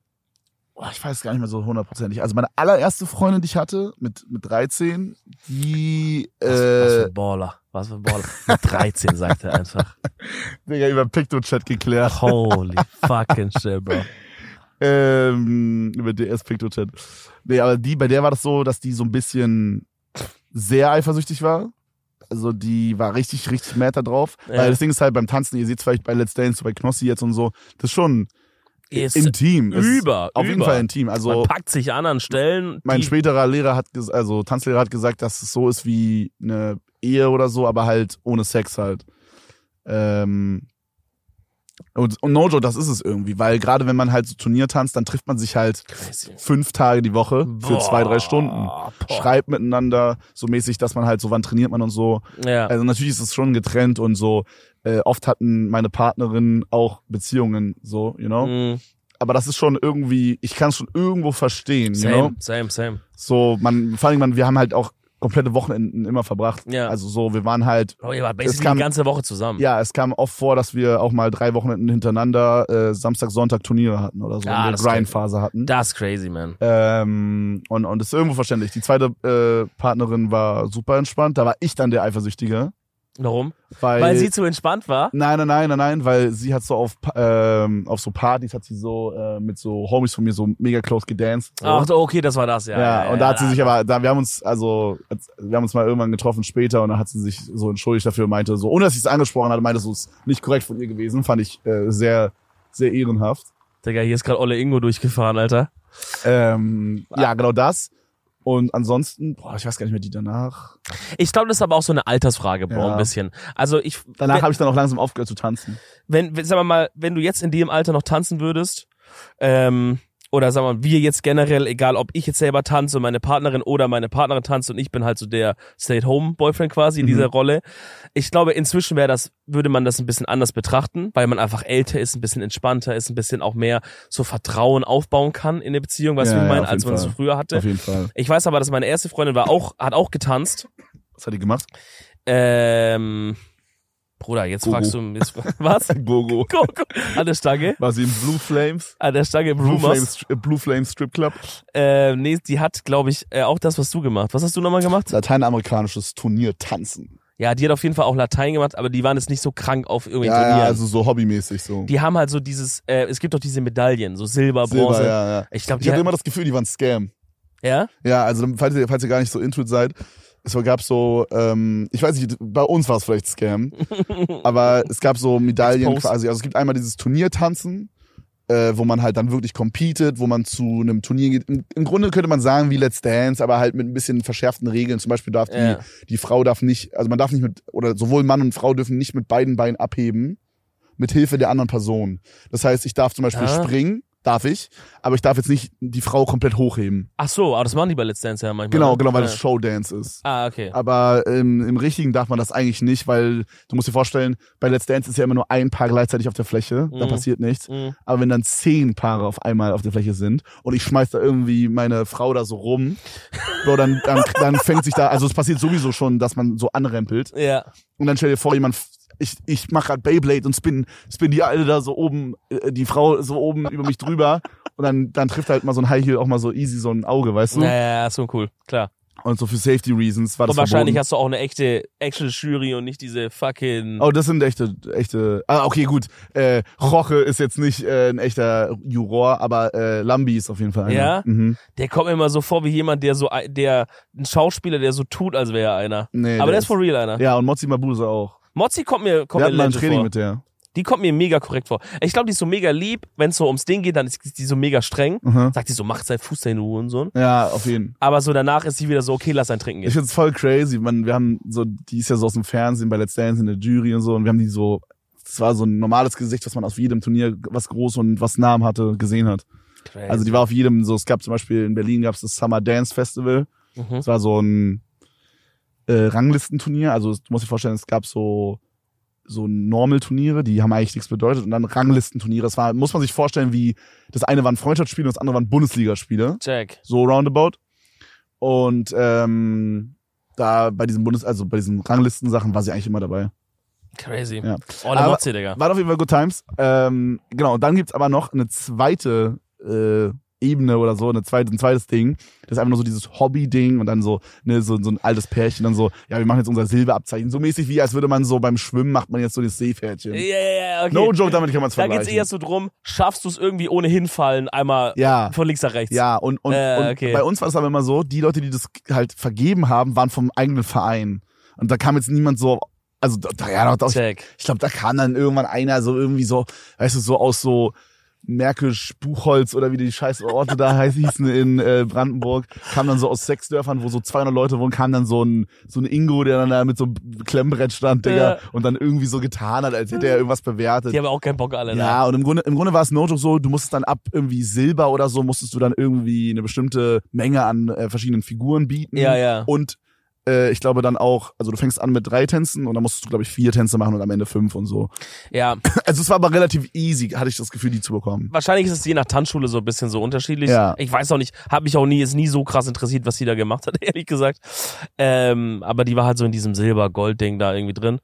Speaker 1: oh, ich weiß gar nicht mehr so hundertprozentig. Also meine allererste Freundin, die ich hatte, mit, mit 13, die,
Speaker 2: Was, was für
Speaker 1: äh,
Speaker 2: ein Baller. Was für ein Baller. Mit 13 sagt er einfach.
Speaker 1: Digga, über PictoChat geklärt.
Speaker 2: Holy fucking shit, Bro.
Speaker 1: Ähm, über DS PictoChat. Nee, aber die, bei der war das so, dass die so ein bisschen sehr eifersüchtig war. Also die war richtig, richtig mad da drauf.
Speaker 2: Ja.
Speaker 1: Weil das Ding ist halt beim Tanzen, ihr seht vielleicht bei Let's Dance, bei Knossi jetzt und so, das ist schon
Speaker 2: Ist
Speaker 1: intim. Ist
Speaker 2: über.
Speaker 1: Auf
Speaker 2: über.
Speaker 1: jeden Fall intim.
Speaker 2: Man
Speaker 1: Also
Speaker 2: packt sich an an Stellen.
Speaker 1: mein
Speaker 2: die-
Speaker 1: späterer Lehrer hat, ges- also Tanzlehrer hat gesagt, dass es so ist wie eine Ehe oder so, aber halt ohne Sex halt. Ähm, und, und Nojo, das ist es irgendwie, weil gerade wenn man halt so Turnier tanzt, dann trifft man sich halt
Speaker 2: Crazy.
Speaker 1: fünf Tage die Woche für zwei, drei Stunden.
Speaker 2: Boah, boah.
Speaker 1: Schreibt miteinander, so mäßig, dass man halt so, wann trainiert man und so.
Speaker 2: Ja.
Speaker 1: Also natürlich ist es schon getrennt und so. Äh, oft hatten meine Partnerinnen auch Beziehungen, so, you know.
Speaker 2: Mhm.
Speaker 1: Aber das ist schon irgendwie, ich kann es schon irgendwo verstehen, you know.
Speaker 2: Same, same, same.
Speaker 1: So, man, vor allem, man, wir haben halt auch komplette Wochenenden immer verbracht.
Speaker 2: Ja.
Speaker 1: Also so, wir waren halt,
Speaker 2: Oh, ihr wart
Speaker 1: Es
Speaker 2: basically
Speaker 1: kam-
Speaker 2: die ganze Woche zusammen.
Speaker 1: ja, es kam oft vor, dass wir auch mal drei Wochenenden hintereinander äh, Samstag, Sonntag Turniere hatten oder so,
Speaker 2: Ah,
Speaker 1: eine
Speaker 2: das kann-
Speaker 1: Grindphase hatten.
Speaker 2: Das ist crazy, man.
Speaker 1: Ähm, und, und das ist irgendwo verständlich. Die zweite äh, Partnerin war super entspannt. Da war ich dann der Eifersüchtige.
Speaker 2: Warum?
Speaker 1: Weil,
Speaker 2: Weil sie zu entspannt war.
Speaker 1: Nein, nein, nein, nein, nein, weil sie hat so auf, Pa- ähm, auf so Partys, hat sie so äh, mit so Homies von mir so mega close gedanced. So.
Speaker 2: Ach, okay, das war das, ja.
Speaker 1: ja, und da hat sie sich aber, da, wir haben uns, also, als- wir haben uns mal irgendwann getroffen später und da hat sie sich so entschuldigt dafür und meinte, so, ohne dass ich es angesprochen hatte, meinte, so ist nicht korrekt von ihr gewesen. Fand ich äh, sehr, sehr ehrenhaft.
Speaker 2: Digga, hier ist gerade Olle Ingo durchgefahren, Alter.
Speaker 1: Ähm, ja, genau das. Und ansonsten, boah, ich weiß gar nicht mehr, die danach.
Speaker 2: Ich glaube, das ist aber auch so eine Altersfrage, Bro,
Speaker 1: Ja.
Speaker 2: ein bisschen. Also ich.
Speaker 1: Danach habe ich dann auch langsam aufgehört zu tanzen.
Speaker 2: wenn, wenn, sagen wir mal, wenn du jetzt in dem Alter noch tanzen würdest, ähm, oder sagen wir mal, wir jetzt generell, egal ob ich jetzt selber tanze und meine Partnerin oder meine Partnerin tanzt und ich bin halt so der Stay-at-home-Boyfriend quasi in
Speaker 1: Mhm.
Speaker 2: dieser Rolle. Ich glaube, inzwischen wäre das, würde man das ein bisschen anders betrachten, weil man einfach älter ist, ein bisschen entspannter ist, ein bisschen auch mehr so Vertrauen aufbauen kann in der Beziehung, weißt du,
Speaker 1: Ja,
Speaker 2: wie
Speaker 1: ja,
Speaker 2: ich meine,
Speaker 1: auf
Speaker 2: als
Speaker 1: jeden
Speaker 2: man es so
Speaker 1: Fall.
Speaker 2: früher hatte.
Speaker 1: Auf jeden Fall.
Speaker 2: Ich weiß aber, dass meine erste Freundin war auch, hat auch getanzt
Speaker 1: Was hat die gemacht?
Speaker 2: ähm, Bruder, jetzt
Speaker 1: Gogo.
Speaker 2: fragst du jetzt, was?
Speaker 1: Gogo.
Speaker 2: Gogo. An der Stange.
Speaker 1: War sie in Blue Flames?
Speaker 2: An Ah, der Stange im
Speaker 1: Blue
Speaker 2: Rumors.
Speaker 1: Flames, äh, Blue Flames Strip Club.
Speaker 2: Äh, nee, die hat, glaube ich, äh, auch das, was du gemacht. Was hast du nochmal gemacht?
Speaker 1: Lateinamerikanisches Turnier tanzen.
Speaker 2: Ja, die hat auf jeden Fall auch Latein gemacht, aber die waren jetzt nicht so krank auf irgendwie
Speaker 1: Ja, ja,
Speaker 2: Turnieren.
Speaker 1: also so hobbymäßig so.
Speaker 2: die haben halt so dieses, äh, es gibt doch diese Medaillen, so Silber, Bronze.
Speaker 1: Silber, ja, ja.
Speaker 2: Ich glaube,
Speaker 1: Ich
Speaker 2: die
Speaker 1: hatte
Speaker 2: hat,
Speaker 1: immer das Gefühl, die waren Scam.
Speaker 2: ja?
Speaker 1: Ja, also falls ihr, falls ihr gar nicht so into it seid, es gab so, ähm, ich weiß nicht, bei uns war es vielleicht Scam, aber es gab so Medaillen
Speaker 2: Exposed.
Speaker 1: quasi. Also es gibt einmal dieses Turniertanzen, äh, wo man halt dann wirklich competet, wo man zu einem Turnier geht. Im, Im Grunde könnte man sagen wie Let's Dance, aber halt mit ein bisschen verschärften Regeln. Zum Beispiel darf die,
Speaker 2: Ja.
Speaker 1: die Frau darf nicht, also man darf nicht mit, oder sowohl Mann und Frau dürfen nicht mit beiden Beinen abheben, mit Hilfe der anderen Person. Das heißt, ich darf zum Beispiel
Speaker 2: Ah.
Speaker 1: springen, darf ich, aber ich darf jetzt nicht die Frau komplett hochheben.
Speaker 2: Ach so, aber das machen die bei Let's Dance ja manchmal.
Speaker 1: Genau,
Speaker 2: ne?
Speaker 1: genau, weil
Speaker 2: ja.
Speaker 1: es Showdance ist.
Speaker 2: Ah, okay.
Speaker 1: Aber ähm, im Richtigen darf man das eigentlich nicht, weil du musst dir vorstellen, bei Let's Dance ist ja immer nur ein Paar gleichzeitig auf der Fläche, da
Speaker 2: Mhm.
Speaker 1: passiert nichts.
Speaker 2: Mhm.
Speaker 1: Aber wenn dann zehn Paare auf einmal auf der Fläche sind und ich schmeiß da irgendwie meine Frau da so rum, Bro, dann, dann, dann fängt sich da, also es passiert sowieso schon, dass man so anrempelt.
Speaker 2: Ja.
Speaker 1: Und dann stell dir vor, jemand, f- ich, ich mach grad Beyblade und spin, spin die alle da so oben, äh, die Frau so oben über mich drüber. Und dann, dann trifft halt mal so ein High Heel auch mal so easy so ein Auge, weißt du?
Speaker 2: Ja, ja, ja, so cool, klar.
Speaker 1: Und so für Safety Reasons war Hm. das
Speaker 2: Und wahrscheinlich
Speaker 1: verboten.
Speaker 2: hast du auch eine echte Action-Jury und nicht diese fucking.
Speaker 1: Oh, das sind echte, echte. Ah, okay, gut. Äh, Roche ist jetzt nicht äh, ein echter Juror, aber äh, Lambi ist auf jeden Fall einer.
Speaker 2: Ja?
Speaker 1: Mhm.
Speaker 2: Der kommt mir immer so vor wie jemand, der so, ein- der, ein Schauspieler, der so tut, als wäre er einer.
Speaker 1: Nee,
Speaker 2: Aber der
Speaker 1: der
Speaker 2: ist for real einer.
Speaker 1: Ja, und Mozi Mabuse auch.
Speaker 2: Mozzi kommt mir, kommt
Speaker 1: Wir
Speaker 2: mir
Speaker 1: hatten mal ein
Speaker 2: legend
Speaker 1: Training
Speaker 2: vor.
Speaker 1: mit der.
Speaker 2: Die kommt mir mega korrekt vor. Ich glaube, die ist so mega lieb. Wenn es so ums Ding geht, dann ist die so mega streng.
Speaker 1: Mhm.
Speaker 2: Sagt die so, macht sein Fuß deine Ruhe und so.
Speaker 1: Ja, auf jeden
Speaker 2: Aber so danach ist sie wieder so, okay, lass ein Trinken
Speaker 1: Ich
Speaker 2: gehen.
Speaker 1: find's voll crazy. Man, wir haben so, die ist ja so aus dem Fernsehen bei Let's Dance in der Jury und so, und wir haben die so. Es war so ein normales Gesicht, was man auf jedem Turnier, was groß und was Namen hatte, gesehen hat. Also die war auf jedem, so es gab zum Beispiel in Berlin gab's das Summer Dance Festival.
Speaker 2: Mhm.
Speaker 1: Es war so ein äh, Ranglistenturnier. Also du musst dir vorstellen, es gab so so Normal-Turniere, die haben eigentlich nichts bedeutet. Und dann Ranglistenturniere. Das war, muss man sich vorstellen, wie das eine waren Freundschaftsspiele und das andere waren Bundesligaspiele.
Speaker 2: Check.
Speaker 1: So roundabout. Und ähm, da bei diesen Bundes, also bei diesen Ranglistensachen war sie eigentlich immer dabei.
Speaker 2: Crazy.
Speaker 1: Ja.
Speaker 2: Oh, der
Speaker 1: Aber-
Speaker 2: Mozzi, Digga.
Speaker 1: War auf jeden Fall Good Times. Ähm, genau, und dann gibt's aber noch eine zweite äh, Ebene oder so, eine zweite, ein zweites Ding. Das ist einfach nur so dieses Hobby-Ding und dann so, ne, so, so ein altes Pärchen, dann so, ja, wir machen jetzt unser Silberabzeichen. So mäßig wie, als würde man so beim Schwimmen macht man jetzt so das Seepferdchen.
Speaker 2: Ja, ja, ja, okay.
Speaker 1: No joke, damit kann man's
Speaker 2: da
Speaker 1: vergleichen.
Speaker 2: geht's eher so drum, schaffst du es irgendwie ohne hinfallen, einmal
Speaker 1: ja.
Speaker 2: von links nach rechts.
Speaker 1: Ja, und, und,
Speaker 2: Äh,
Speaker 1: und
Speaker 2: okay.
Speaker 1: bei uns war es aber immer so, die Leute, die das halt vergeben haben, waren vom eigenen Verein. Und da kam jetzt niemand so, also da- da, ja, doch, ich,
Speaker 2: Check.
Speaker 1: ich glaube, da kam dann irgendwann einer so irgendwie so, weißt du, so aus so Märkisch, Buchholz oder wie die scheiß Orte da heiß- hießen in äh, Brandenburg, kam dann so aus sechs Dörfern, wo so 200 Leute wohnen, kam dann so ein, so ein Ingo, der dann da mit so einem Klemmbrett stand, Digga,
Speaker 2: Ja.
Speaker 1: und dann irgendwie so getan hat, als hätte er irgendwas bewertet.
Speaker 2: Die haben auch keinen Bock alle ne? da.
Speaker 1: Ja, und im Grunde, im Grunde war es No-Joke so, du musstest dann ab irgendwie Silber oder so, musstest du dann irgendwie eine bestimmte Menge an äh, verschiedenen Figuren bieten.
Speaker 2: Ja, ja.
Speaker 1: Und äh, ich glaube dann auch, also du fängst an mit drei Tänzen und dann musstest du, glaube ich, vier Tänze machen und am Ende fünf und so.
Speaker 2: Ja,
Speaker 1: Also es war aber relativ easy, hatte ich das Gefühl, die zu bekommen.
Speaker 2: wahrscheinlich ist es je nach Tanzschule so ein bisschen so unterschiedlich.
Speaker 1: Ja.
Speaker 2: Ich weiß auch nicht, habe mich auch nie, ist nie so krass interessiert, was sie da gemacht hat, ehrlich gesagt. Ähm, aber die war halt so in diesem Silber-Gold-Ding da irgendwie drin.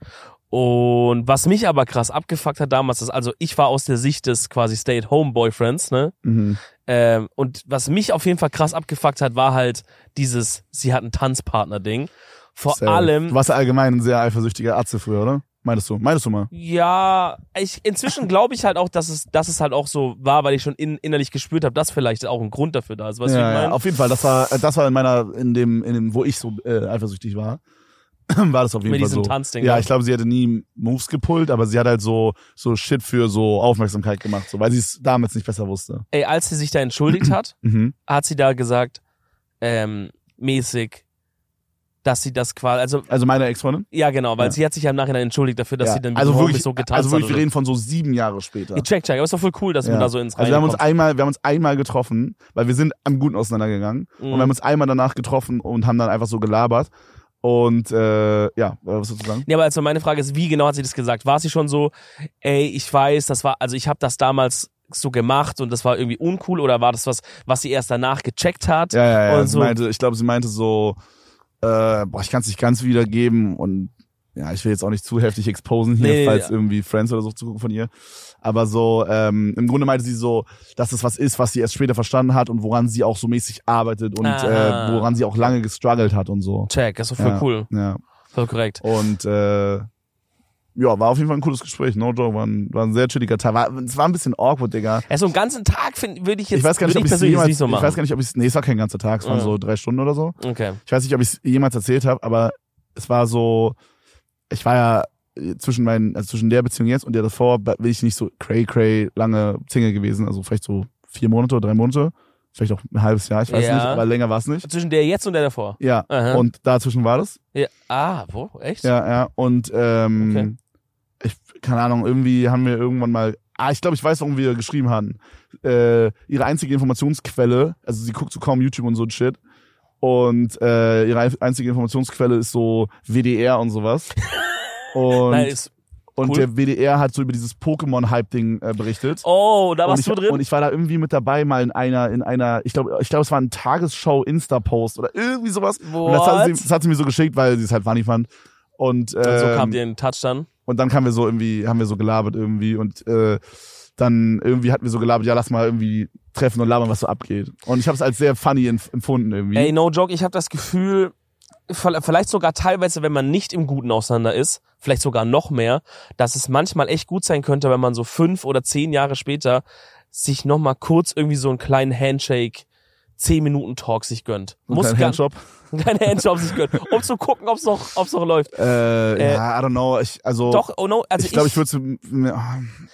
Speaker 2: Und was mich aber krass abgefuckt hat damals, ist, also ich war aus der Sicht des quasi Stay-at-Home-Boyfriends, ne?
Speaker 1: Mhm.
Speaker 2: Ähm, und was mich auf jeden Fall krass abgefuckt hat, war halt dieses, sie hat ein Tanzpartner-Ding. Vor
Speaker 1: Safe.
Speaker 2: allem.
Speaker 1: Du warst ja allgemein ein sehr eifersüchtiger Atze früher, oder? Meinst du? Meinst du mal?
Speaker 2: Ja, ich, inzwischen glaube ich halt auch, dass es, dass es halt auch so war, weil ich schon in, innerlich gespürt habe, dass vielleicht auch ein Grund dafür da ist. Weißt du, wie ich
Speaker 1: ja,
Speaker 2: meine?
Speaker 1: ja, auf jeden Fall. Das war, äh, das war in meiner, in dem, in dem, wo ich so äh, eifersüchtig war, war das auf jeden
Speaker 2: Mit
Speaker 1: Fall
Speaker 2: diesem
Speaker 1: so.
Speaker 2: Tanzding.
Speaker 1: Ja,
Speaker 2: ne?
Speaker 1: ich glaube, sie hätte nie Moves gepullt, aber sie hat halt so, so Shit für so Aufmerksamkeit gemacht, so, weil sie es damals nicht besser wusste.
Speaker 2: Ey, als sie sich da entschuldigt hat,
Speaker 1: Mhm.
Speaker 2: hat sie da gesagt, ähm, mäßig, dass sie das quasi, also,
Speaker 1: Also meine Ex-Freundin?
Speaker 2: ja genau, weil
Speaker 1: Ja.
Speaker 2: sie hat sich ja im Nachhinein entschuldigt dafür, dass
Speaker 1: ja.
Speaker 2: sie dann
Speaker 1: also
Speaker 2: mit
Speaker 1: wirklich,
Speaker 2: so getanzt
Speaker 1: also wirklich,
Speaker 2: hat.
Speaker 1: wir
Speaker 2: oder
Speaker 1: reden von so sieben Jahre später.
Speaker 2: so. Ja, Check, check, aber ist doch voll cool, dass
Speaker 1: Ja.
Speaker 2: man da so ins
Speaker 1: Also wir haben, uns
Speaker 2: Reinkommt.
Speaker 1: einmal, wir haben uns einmal getroffen, weil wir sind am Guten auseinandergegangen
Speaker 2: Mhm.
Speaker 1: und wir haben uns einmal danach getroffen und haben dann einfach so gelabert und äh, ja, was sollst du sagen?
Speaker 2: Nee, aber also meine Frage ist, wie genau hat sie das gesagt? War sie schon so, ey, ich weiß, das war, also ich habe das damals so gemacht und das war irgendwie uncool oder war das was, was sie erst danach gecheckt hat?
Speaker 1: Ja, ja, ja.
Speaker 2: Und
Speaker 1: sie
Speaker 2: so-
Speaker 1: meinte, ich glaube, sie meinte so, äh, boah, ich kann es nicht ganz wiedergeben und ja, ich will jetzt auch nicht zu heftig exposen hier,
Speaker 2: Nee,
Speaker 1: falls
Speaker 2: ja.
Speaker 1: irgendwie Friends oder so zugucken von ihr. Aber so, ähm, im Grunde meinte sie so, dass es was ist, was sie erst später verstanden hat und woran sie auch so mäßig arbeitet und
Speaker 2: Ah.
Speaker 1: äh, woran sie auch lange gestruggelt hat und so.
Speaker 2: Check, das war voll
Speaker 1: Ja.
Speaker 2: cool,
Speaker 1: Ja.
Speaker 2: voll korrekt.
Speaker 1: Und äh, ja, war auf jeden Fall ein cooles Gespräch. No joke, war ein, war ein sehr chilliger Tag. War, es war ein bisschen awkward, Digga.
Speaker 2: Ja, so einen ganzen Tag find- würde ich jetzt
Speaker 1: ich weiß gar nicht,
Speaker 2: würd
Speaker 1: ob ich
Speaker 2: ich
Speaker 1: es
Speaker 2: persönlich
Speaker 1: jemals,
Speaker 2: nicht so
Speaker 1: ich
Speaker 2: machen.
Speaker 1: weiß gar nicht, ob ich nee, es war kein ganzer Tag, es waren
Speaker 2: Ja.
Speaker 1: so drei Stunden oder so.
Speaker 2: okay.
Speaker 1: Ich weiß nicht, ob ich es jemals erzählt habe, aber es war so, ich war ja äh, zwischen meinen, also zwischen der Beziehung jetzt und der davor, ba- bin ich nicht so cray cray lange Single gewesen, also vielleicht so vier Monate, drei Monate, vielleicht auch ein halbes Jahr, ich weiß
Speaker 2: Ja.
Speaker 1: nicht, aber länger war es nicht.
Speaker 2: Zwischen der jetzt und der davor.
Speaker 1: Ja,
Speaker 2: Aha.
Speaker 1: und dazwischen war das.
Speaker 2: ja. Ah, wo? Echt?
Speaker 1: Ja, ja. Und ähm, ich, keine Ahnung, irgendwie haben wir irgendwann mal. Ah, ich glaube, ich weiß, warum wir geschrieben hatten. Äh, ihre einzige Informationsquelle, also sie guckt so kaum YouTube und so ein Shit. Und äh, ihre ein- einzige Informationsquelle ist so WDR und sowas. Und,
Speaker 2: Nein, ist,
Speaker 1: und
Speaker 2: cool.
Speaker 1: der WDR hat so über dieses Pokémon-Hype-Ding äh, berichtet.
Speaker 2: oh, da
Speaker 1: und
Speaker 2: warst
Speaker 1: ich,
Speaker 2: du drin?
Speaker 1: Und ich war da irgendwie mit dabei, mal in einer, in einer, ich glaube, ich glaube, es war ein Tagesschau-Insta-Post oder irgendwie sowas. Und das hat, sie,
Speaker 2: What?
Speaker 1: das hat sie mir so geschickt, weil sie es halt funny fand. Und, ähm,
Speaker 2: Und so kam dir ein Touch dann.
Speaker 1: und dann kamen wir so irgendwie, haben wir so gelabert irgendwie und äh, dann irgendwie hatten wir so gelabert, ja, lass mal irgendwie treffen und labern, was so abgeht. Und ich habe es als sehr funny empf- empfunden irgendwie.
Speaker 2: Ey, no joke, ich habe das Gefühl, verle- vielleicht sogar teilweise, wenn man nicht im Guten auseinander ist, vielleicht sogar noch mehr, dass es manchmal echt gut sein könnte, wenn man so fünf oder zehn Jahre später sich nochmal kurz irgendwie so einen kleinen Handshake, zehn Minuten Talk sich gönnt.
Speaker 1: so ein kleiner
Speaker 2: gar-
Speaker 1: Handjob.
Speaker 2: einen kleinen Handshop sich gönnt, um zu gucken, ob es noch, ob's noch läuft.
Speaker 1: Äh,
Speaker 2: Äh,
Speaker 1: ja, I don't know. Ich, also,
Speaker 2: Doch, oh no, also
Speaker 1: ich glaube, ich, würde es,
Speaker 2: Also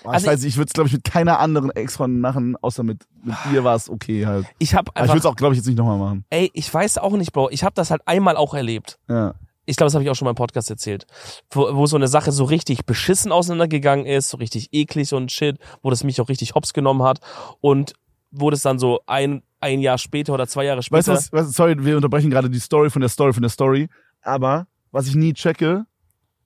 Speaker 1: ah, ich weiß, nicht, ich würde es, glaube ich, mit keiner anderen Ex-Freundin machen, außer mit, mit dir war es okay halt.
Speaker 2: ich habe
Speaker 1: Aber ich
Speaker 2: einfach,
Speaker 1: würde es auch, glaube ich, jetzt nicht nochmal machen.
Speaker 2: ey, ich weiß auch nicht, Bro, ich habe das halt einmal auch erlebt.
Speaker 1: Ja.
Speaker 2: ich glaube, das habe ich auch schon mal im Podcast erzählt, wo, wo so eine Sache so richtig beschissen auseinandergegangen ist, so richtig eklig und shit, wo das mich auch richtig hops genommen hat und wo das dann so ein, ein Jahr später oder zwei Jahre später.
Speaker 1: Weißt du was, weißt, du, sorry, wir unterbrechen gerade die Story von der Story von der Story, aber was ich nie checke,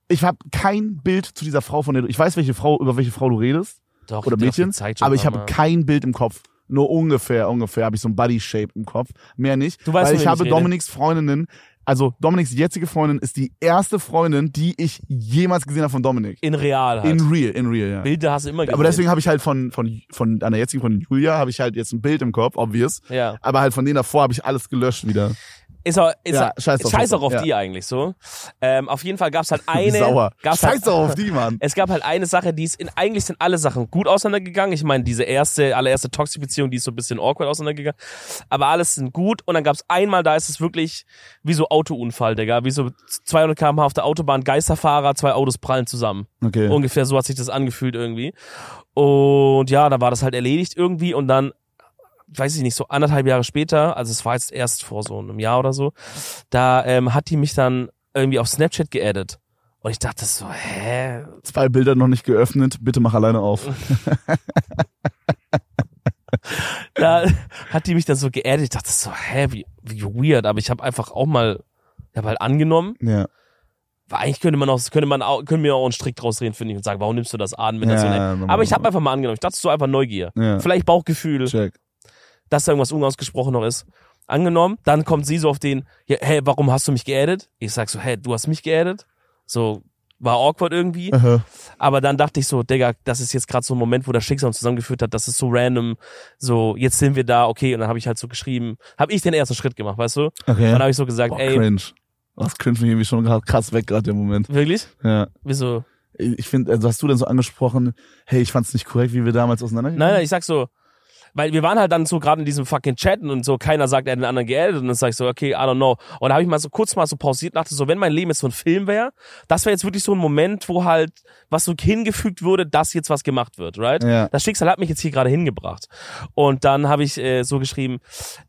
Speaker 1: ich habe kein Bild zu dieser Frau von der du, ich weiß, welche Frau, über welche Frau du redest,
Speaker 2: Doch,
Speaker 1: oder
Speaker 2: hab dir doch
Speaker 1: Mädchen,
Speaker 2: gezeigt schon
Speaker 1: aber ich habe
Speaker 2: einmal.
Speaker 1: kein Bild im Kopf. Nur ungefähr, ungefähr habe ich so ein Body Shape im Kopf, mehr nicht,
Speaker 2: Du
Speaker 1: weil
Speaker 2: weißt, von
Speaker 1: ich
Speaker 2: wem
Speaker 1: habe
Speaker 2: ich rede.
Speaker 1: Dominiks Freundinnen, also Dominiks jetzige Freundin ist die erste Freundin, die ich jemals gesehen habe von Dominik.
Speaker 2: in real halt.
Speaker 1: In real, in real, ja.
Speaker 2: Bilder hast du immer gesehen.
Speaker 1: aber deswegen habe ich halt von von von einer jetzigen Freundin Julia habe ich halt jetzt ein Bild im Kopf, obvious,
Speaker 2: ja.
Speaker 1: aber halt von denen davor habe ich alles gelöscht wieder.
Speaker 2: Ist auch, ist
Speaker 1: Ja,
Speaker 2: ja,
Speaker 1: scheiß
Speaker 2: scheiß,
Speaker 1: drauf,
Speaker 2: scheiß auch auf
Speaker 1: ja.
Speaker 2: die eigentlich so. Ähm, auf jeden Fall gab's halt eine.
Speaker 1: Sauer.
Speaker 2: Gab's
Speaker 1: Scheiß
Speaker 2: halt,
Speaker 1: doch auf die, Mann.
Speaker 2: Es gab halt eine Sache, die ist in, eigentlich sind alle Sachen gut auseinandergegangen. Ich meine, diese erste, allererste Toxic-Beziehung, die ist so ein bisschen awkward auseinandergegangen. Aber alles sind gut. Und dann gab's einmal, da ist es wirklich wie so Autounfall, Digga. Wie so 200 km/h auf der Autobahn, Geisterfahrer, zwei Autos prallen zusammen.
Speaker 1: Okay.
Speaker 2: Ungefähr so hat sich das angefühlt irgendwie. Und ja, da war das halt erledigt irgendwie. Und dann, weiß ich nicht, so anderthalb Jahre später, also es war jetzt erst vor so einem Jahr oder so, da ähm, hat die mich dann irgendwie auf Snapchat geaddet. Und ich dachte so, hä,
Speaker 1: Zwei Bilder noch nicht geöffnet, bitte mach alleine auf.
Speaker 2: da hat die mich dann so geerdet. Ich dachte so, hä, wie, wie weird. Aber ich habe einfach auch mal, ich Ich habe halt angenommen.
Speaker 1: Ja.
Speaker 2: Weil eigentlich könnte man auch, könnte man auch, können wir auch einen Strick draus drehen, finde ich, und sagen, warum nimmst du das an, wenn das so
Speaker 1: Ja,
Speaker 2: nett. Aber ich habe einfach mal angenommen. Ich dachte, es ist so einfach Neugier.
Speaker 1: Ja.
Speaker 2: Vielleicht Bauchgefühl,
Speaker 1: Check.
Speaker 2: dass da irgendwas unausgesprochen noch ist. Angenommen, dann kommt sie so auf den, ja, hey, warum hast du mich geaddet? Ich sag so, hey, du hast mich geaddet. So, war awkward irgendwie.
Speaker 1: Aha.
Speaker 2: Aber dann dachte ich so, Digga, das ist jetzt gerade so ein Moment, wo das Schicksal uns zusammengeführt hat, das ist so random, so, jetzt sind wir da, okay, und dann habe ich halt so geschrieben, habe ich den ersten Schritt gemacht, weißt du? Dann
Speaker 1: Okay.
Speaker 2: habe ich so gesagt,
Speaker 1: Boah,
Speaker 2: ey,
Speaker 1: cringe. Das cringe mich irgendwie schon grad krass weg gerade im Moment.
Speaker 2: wirklich?
Speaker 1: Ja.
Speaker 2: Wieso?
Speaker 1: Ich finde, also hast du denn so angesprochen, hey, ich fand's nicht korrekt, wie wir damals
Speaker 2: Nein,
Speaker 1: auseinandergegangen
Speaker 2: nein, ich sag so, weil wir waren halt dann so gerade in diesem fucking Chat und so, keiner sagt, er hat den anderen geaddet und dann sag ich so, okay, I don't know. Und da habe ich mal so kurz mal so pausiert und dachte so, wenn mein Leben jetzt so ein Film wäre, das wäre jetzt wirklich so ein Moment, wo halt was so hingefügt würde, dass jetzt was gemacht wird, right?
Speaker 1: Ja.
Speaker 2: Das Schicksal hat mich jetzt hier gerade hingebracht. Und dann habe ich äh, so geschrieben,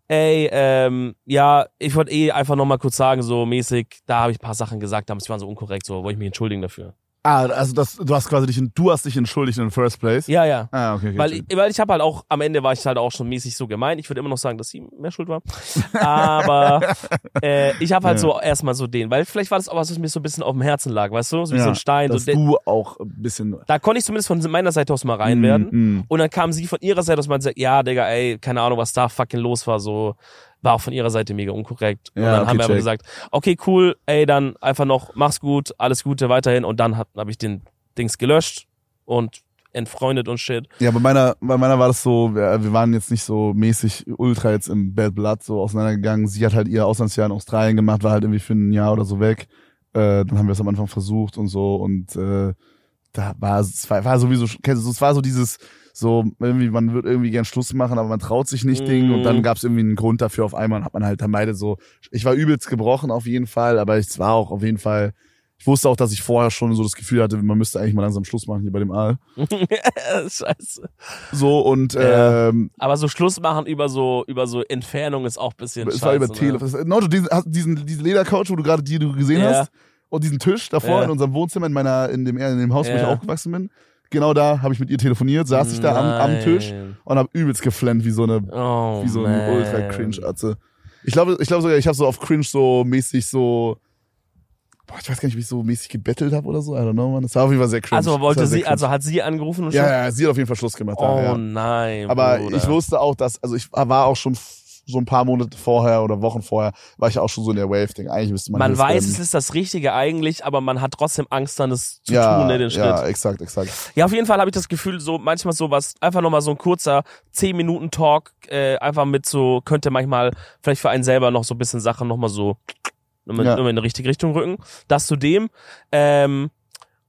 Speaker 2: ey, ähm, ja, ich wollte eh einfach nochmal kurz sagen, so mäßig, da habe ich ein paar Sachen gesagt, damals die waren so unkorrekt, so wollte ich mich entschuldigen dafür.
Speaker 1: Ah, also das, du hast quasi dich, du hast dich entschuldigt in the first place.
Speaker 2: Ja, ja.
Speaker 1: Ah, okay. okay
Speaker 2: Weil, ich- weil ich habe halt auch, am Ende war ich halt auch schon mäßig so gemein. Ich würde immer noch sagen, dass sie mehr schuld war. Aber äh, ich habe halt
Speaker 1: Ja.
Speaker 2: so erstmal so den, weil vielleicht war das auch was, was mir so ein bisschen auf dem Herzen lag, weißt du? So wie
Speaker 1: Ja,
Speaker 2: so ein Stein. So
Speaker 1: dass
Speaker 2: de-
Speaker 1: du auch ein bisschen
Speaker 2: da konnte ich zumindest von meiner Seite aus mal rein werden.
Speaker 1: Mm, mm.
Speaker 2: Und dann kam sie von ihrer Seite aus und meinte, ja, Digga, ey, keine Ahnung, was da fucking los war, so war auch von ihrer Seite mega unkorrekt. und
Speaker 1: Ja,
Speaker 2: dann
Speaker 1: okay,
Speaker 2: haben wir aber
Speaker 1: check.
Speaker 2: gesagt, okay, cool, ey, dann einfach noch, mach's gut, alles Gute weiterhin. Und dann habe hab ich den Dings gelöscht und entfreundet und shit.
Speaker 1: Ja, bei meiner, bei meiner war das so, wir, wir waren jetzt nicht so mäßig ultra jetzt im Bad Blood so auseinandergegangen. Sie hat halt ihr Auslandsjahr in Australien gemacht, war halt irgendwie für ein Jahr oder so weg. Äh, dann haben wir es am Anfang versucht und so und äh, da war es es war, war sowieso, schon- kennst du, es war so dieses, so irgendwie, man wird irgendwie gern Schluss machen, aber man traut sich nicht Ding und dann
Speaker 2: Mhm.
Speaker 1: gab es irgendwie einen Grund dafür auf einmal und hat man halt dann beide so, ich war übelst gebrochen auf jeden Fall, aber es war auch auf jeden Fall, ich wusste auch, dass ich vorher schon so das Gefühl hatte, man müsste eigentlich mal langsam Schluss machen hier bei dem Aal.
Speaker 2: Scheiße.
Speaker 1: So und
Speaker 2: Ja.
Speaker 1: ähm,
Speaker 2: Aber so Schluss machen über so, über so Entfernung ist auch ein bisschen
Speaker 1: es
Speaker 2: scheiße.
Speaker 1: war über
Speaker 2: ne?
Speaker 1: Telefon. Ne? Nojo, diesen, hast du diesen, diese Ledercouch, wo du gerade die du gesehen
Speaker 2: Ja.
Speaker 1: hast, und diesen Tisch davor
Speaker 2: Ja.
Speaker 1: in unserem Wohnzimmer, in meiner, in dem, in dem Haus, wo ich
Speaker 2: Ja.
Speaker 1: aufgewachsen bin. Genau da habe ich mit ihr telefoniert, saß ich da am, am
Speaker 2: Nein.
Speaker 1: Tisch und habe übelst geflennt wie so eine,
Speaker 2: Oh,
Speaker 1: wie so
Speaker 2: man.
Speaker 1: ein ultra cringe Atze. Ich glaube, ich glaube sogar, ich habe so auf cringe so mäßig so, boah, ich weiß gar nicht, wie ich so mäßig gebettelt habe oder so. I don't know, man. Das war auf jeden Fall sehr cringe.
Speaker 2: Also
Speaker 1: Das
Speaker 2: wollte
Speaker 1: war sehr
Speaker 2: sie,
Speaker 1: cringe.
Speaker 2: also hat sie angerufen und
Speaker 1: ja, ja, sie hat auf jeden Fall Schluss gemacht.
Speaker 2: schon?
Speaker 1: da, ja.
Speaker 2: Oh nein.
Speaker 1: Aber
Speaker 2: Bruder.
Speaker 1: ich wusste auch, dass, also ich war auch schon f- so ein paar Monate vorher oder Wochen vorher, war ich auch schon so in der Wave-Ding. Eigentlich müsste man
Speaker 2: Man
Speaker 1: das,
Speaker 2: weiß,
Speaker 1: ähm,
Speaker 2: es ist das Richtige eigentlich, aber man hat trotzdem Angst, dann das zu
Speaker 1: ja,
Speaker 2: tun, ne, den Schritt.
Speaker 1: Ja, exakt, exakt.
Speaker 2: Ja, auf jeden Fall habe ich das Gefühl, so manchmal sowas, einfach nochmal so ein kurzer 10-Minuten-Talk, äh, einfach mit so, könnte manchmal vielleicht für einen selber noch so ein bisschen Sachen nochmal so nochmal
Speaker 1: Ja.
Speaker 2: nochmal in die richtige Richtung rücken. Das zu dem. Ähm,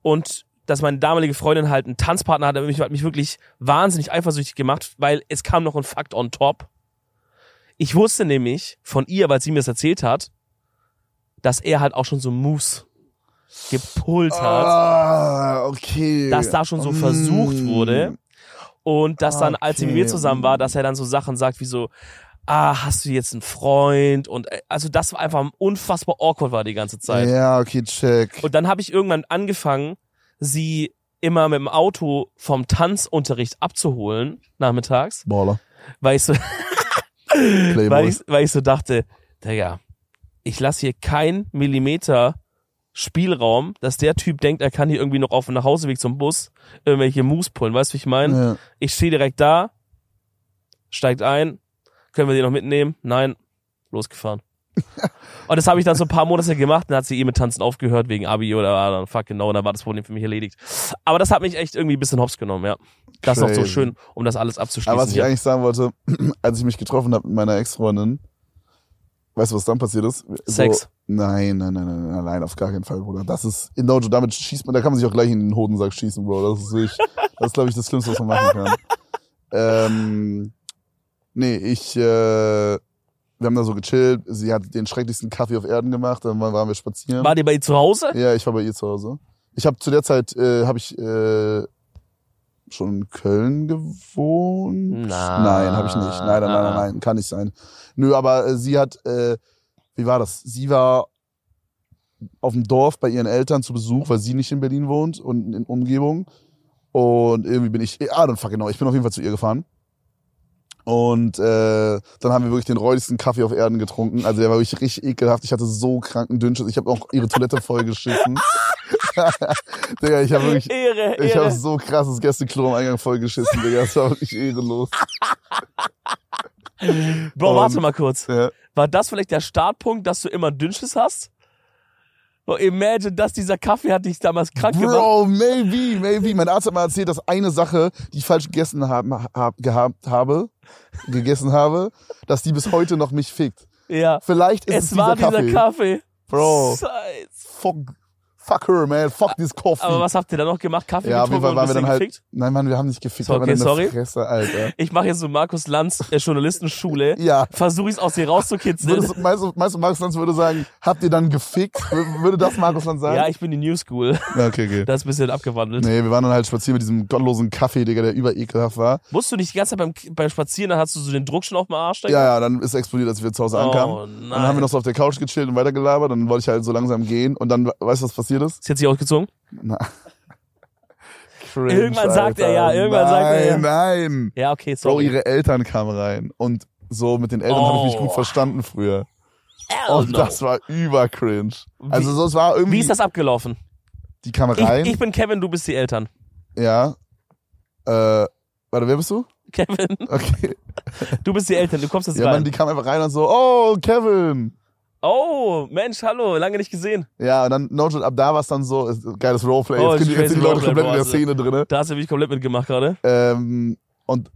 Speaker 2: und dass meine damalige Freundin halt einen Tanzpartner hatte, mich, hat mich wirklich wahnsinnig eifersüchtig gemacht, weil es kam noch ein Fakt on top. Ich wusste nämlich von ihr, weil sie mir das erzählt hat, dass er halt auch schon so Moves gepult hat
Speaker 1: Ah, okay.
Speaker 2: dass da schon so
Speaker 1: Mm.
Speaker 2: versucht wurde und dass dann, als sie mit mir
Speaker 1: Okay.
Speaker 2: zusammen war, dass er dann so Sachen sagt wie so, ah, hast du jetzt einen Freund? Und äh, also das war einfach unfassbar awkward war die ganze Zeit.
Speaker 1: Ja, okay, check.
Speaker 2: Und dann habe ich irgendwann angefangen, sie immer mit dem Auto vom Tanzunterricht abzuholen, nachmittags,
Speaker 1: Baller.
Speaker 2: weil ich so,
Speaker 1: Playboy.
Speaker 2: weil ich, weil ich so dachte, Digga, ich lasse hier keinen Millimeter Spielraum, dass der Typ denkt, er kann hier irgendwie noch auf dem Nachhauseweg zum Bus irgendwelche Moves pullen. Weißt du, wie ich meine?
Speaker 1: ja.
Speaker 2: Ich stehe direkt da, steigt ein, können wir den noch mitnehmen? Nein, losgefahren. und das habe ich dann so ein paar Monate gemacht, dann hat sie eh mit Tanzen aufgehört wegen Abi oder ah, dann fuck genau, dann war das Problem für mich erledigt. Aber das hat mich echt irgendwie ein bisschen hops genommen, ja. Das ist noch so
Speaker 1: Crazy.
Speaker 2: schön, um das alles abzuschließen.
Speaker 1: Aber was ich
Speaker 2: hier.
Speaker 1: eigentlich sagen wollte, als ich mich getroffen habe mit meiner Ex-Freundin, weißt du, was dann passiert ist? So,
Speaker 2: Sex.
Speaker 1: nein, nein, nein, nein, nein, nein, auf gar keinen Fall, Bruder. Das ist, in Dojo, damit schießt man, da kann man sich auch gleich in den Hodensack schießen, Bro. Das ist, wirklich- das ist glaube ich, das Schlimmste, was man machen kann. ähm, nee, ich, äh, wir haben da so gechillt. Sie hat den schrecklichsten Kaffee auf Erden gemacht, dann waren wir spazieren.
Speaker 2: War die bei ihr zu Hause?
Speaker 1: Ja, ich war bei ihr zu Hause. Ich habe zu der Zeit äh, habe ich äh, schon in Köln gewohnt.
Speaker 2: Na.
Speaker 1: Nein, habe ich
Speaker 2: Ah,
Speaker 1: nicht. Nein, nein, nein, nein, nein, kann nicht sein. Nö, aber äh, sie hat, äh, wie war das? Sie war auf dem Dorf bei ihren Eltern zu Besuch, weil sie nicht in Berlin wohnt und in Umgebung. Und irgendwie bin ich, ah, dann fuck genau, ich bin auf jeden Fall zu ihr gefahren. Und äh, dann haben wir wirklich den räudigsten Kaffee auf Erden getrunken. Also der war wirklich richtig ekelhaft. Ich hatte so kranken Dünnschiss. Ich habe auch ihre Toilette vollgeschissen. Digga, ich habe wirklich
Speaker 2: Ehre,
Speaker 1: ich
Speaker 2: Ehre.
Speaker 1: habe so krasses Gästeklo am Eingang vollgeschissen, Digga. Das war wirklich ehrenlos.
Speaker 2: Bro,
Speaker 1: Ähm,
Speaker 2: warte mal kurz.
Speaker 1: Ja.
Speaker 2: War das vielleicht der Startpunkt, dass du immer Dünnschiss hast? Bro, imagine, dass dieser Kaffee hat dich damals krank gemacht.
Speaker 1: Bro, maybe, maybe. Mein Arzt hat mal erzählt, dass eine Sache, die ich falsch gegessen haben, hab, gehabt habe, gegessen habe, dass die bis heute noch mich fickt.
Speaker 2: Ja.
Speaker 1: Vielleicht ist es,
Speaker 2: Es war
Speaker 1: dieser Kaffee.
Speaker 2: Kaffee.
Speaker 1: Bro,
Speaker 2: Scheiße.
Speaker 1: fuck, fuck her, man. Fuck this coffee.
Speaker 2: Aber was habt ihr dann noch gemacht? Kaffee
Speaker 1: ja, auf jeden
Speaker 2: getrunken
Speaker 1: Fall
Speaker 2: und
Speaker 1: waren
Speaker 2: ein
Speaker 1: wir
Speaker 2: bisschen
Speaker 1: dann halt.
Speaker 2: gefickt?
Speaker 1: Nein, Mann, wir haben nicht gefickt.
Speaker 2: So,
Speaker 1: wir waren
Speaker 2: okay,
Speaker 1: in der
Speaker 2: sorry.
Speaker 1: Fresse, Alter.
Speaker 2: Ich mache jetzt so Markus Lanz, äh, Journalistenschule.
Speaker 1: Ja.
Speaker 2: Versuche ich es aus dir rauszukitzeln.
Speaker 1: Würdest, du- meinst, du, meinst du, Markus Lanz würde sagen, habt ihr dann gefickt? Wür- Würde das Markus Lanz sagen?
Speaker 2: Ja, ich bin die New School.
Speaker 1: Ja, okay, okay.
Speaker 2: Das ist ein bisschen abgewandelt.
Speaker 1: Nee, wir waren dann halt spazieren mit diesem gottlosen Kaffee, Digga, der überekelhaft war.
Speaker 2: Musst du nicht die ganze Zeit beim, beim Spazieren, dann hast du so den Druck schon auf dem Arsch?
Speaker 1: Ja, ja, dann ist er explodiert, als wir zu Hause
Speaker 2: Oh,
Speaker 1: ankamen. Dann haben
Speaker 2: nein.
Speaker 1: wir noch so auf der Couch gechillt und weitergelabert. Dann wollte ich halt so langsam gehen und dann, weißt du, was passiert ist?
Speaker 2: Ist jetzt nicht ausgezogen?
Speaker 1: Na. Cringe,
Speaker 2: Irgendwann sagt er
Speaker 1: Alter.
Speaker 2: ja, irgendwann
Speaker 1: nein,
Speaker 2: sagt er ja.
Speaker 1: Nein,
Speaker 2: Ja, okay,
Speaker 1: Bro,
Speaker 2: sorry.
Speaker 1: ihre Eltern kamen rein und so mit den Eltern habe ich mich
Speaker 2: Oh.
Speaker 1: gut verstanden früher.
Speaker 2: Hell
Speaker 1: Und
Speaker 2: no.
Speaker 1: oh, das war übercringe. Also
Speaker 2: Wie-
Speaker 1: so, es war irgendwie,
Speaker 2: Wie ist das abgelaufen?
Speaker 1: die kamen
Speaker 2: Ich,
Speaker 1: rein,
Speaker 2: ich bin Kevin, du bist die Eltern.
Speaker 1: ja. Äh, warte, wer bist du?
Speaker 2: Kevin,
Speaker 1: Okay.
Speaker 2: du bist die Eltern, du kommst jetzt
Speaker 1: Ja,
Speaker 2: rein.
Speaker 1: Mann, die kamen einfach rein und so, oh, Kevin.
Speaker 2: oh, Mensch, hallo, lange nicht gesehen.
Speaker 1: Ja, und dann No Joke, ab da war es dann so, ist, geiles Roleplay,
Speaker 2: Oh,
Speaker 1: jetzt sind die, jetzt sind die
Speaker 2: crazy
Speaker 1: Leute komplett in der
Speaker 2: Roleplay, also.
Speaker 1: Szene drinne.
Speaker 2: Da hast du mich komplett mitgemacht gerade.
Speaker 1: Ähm, und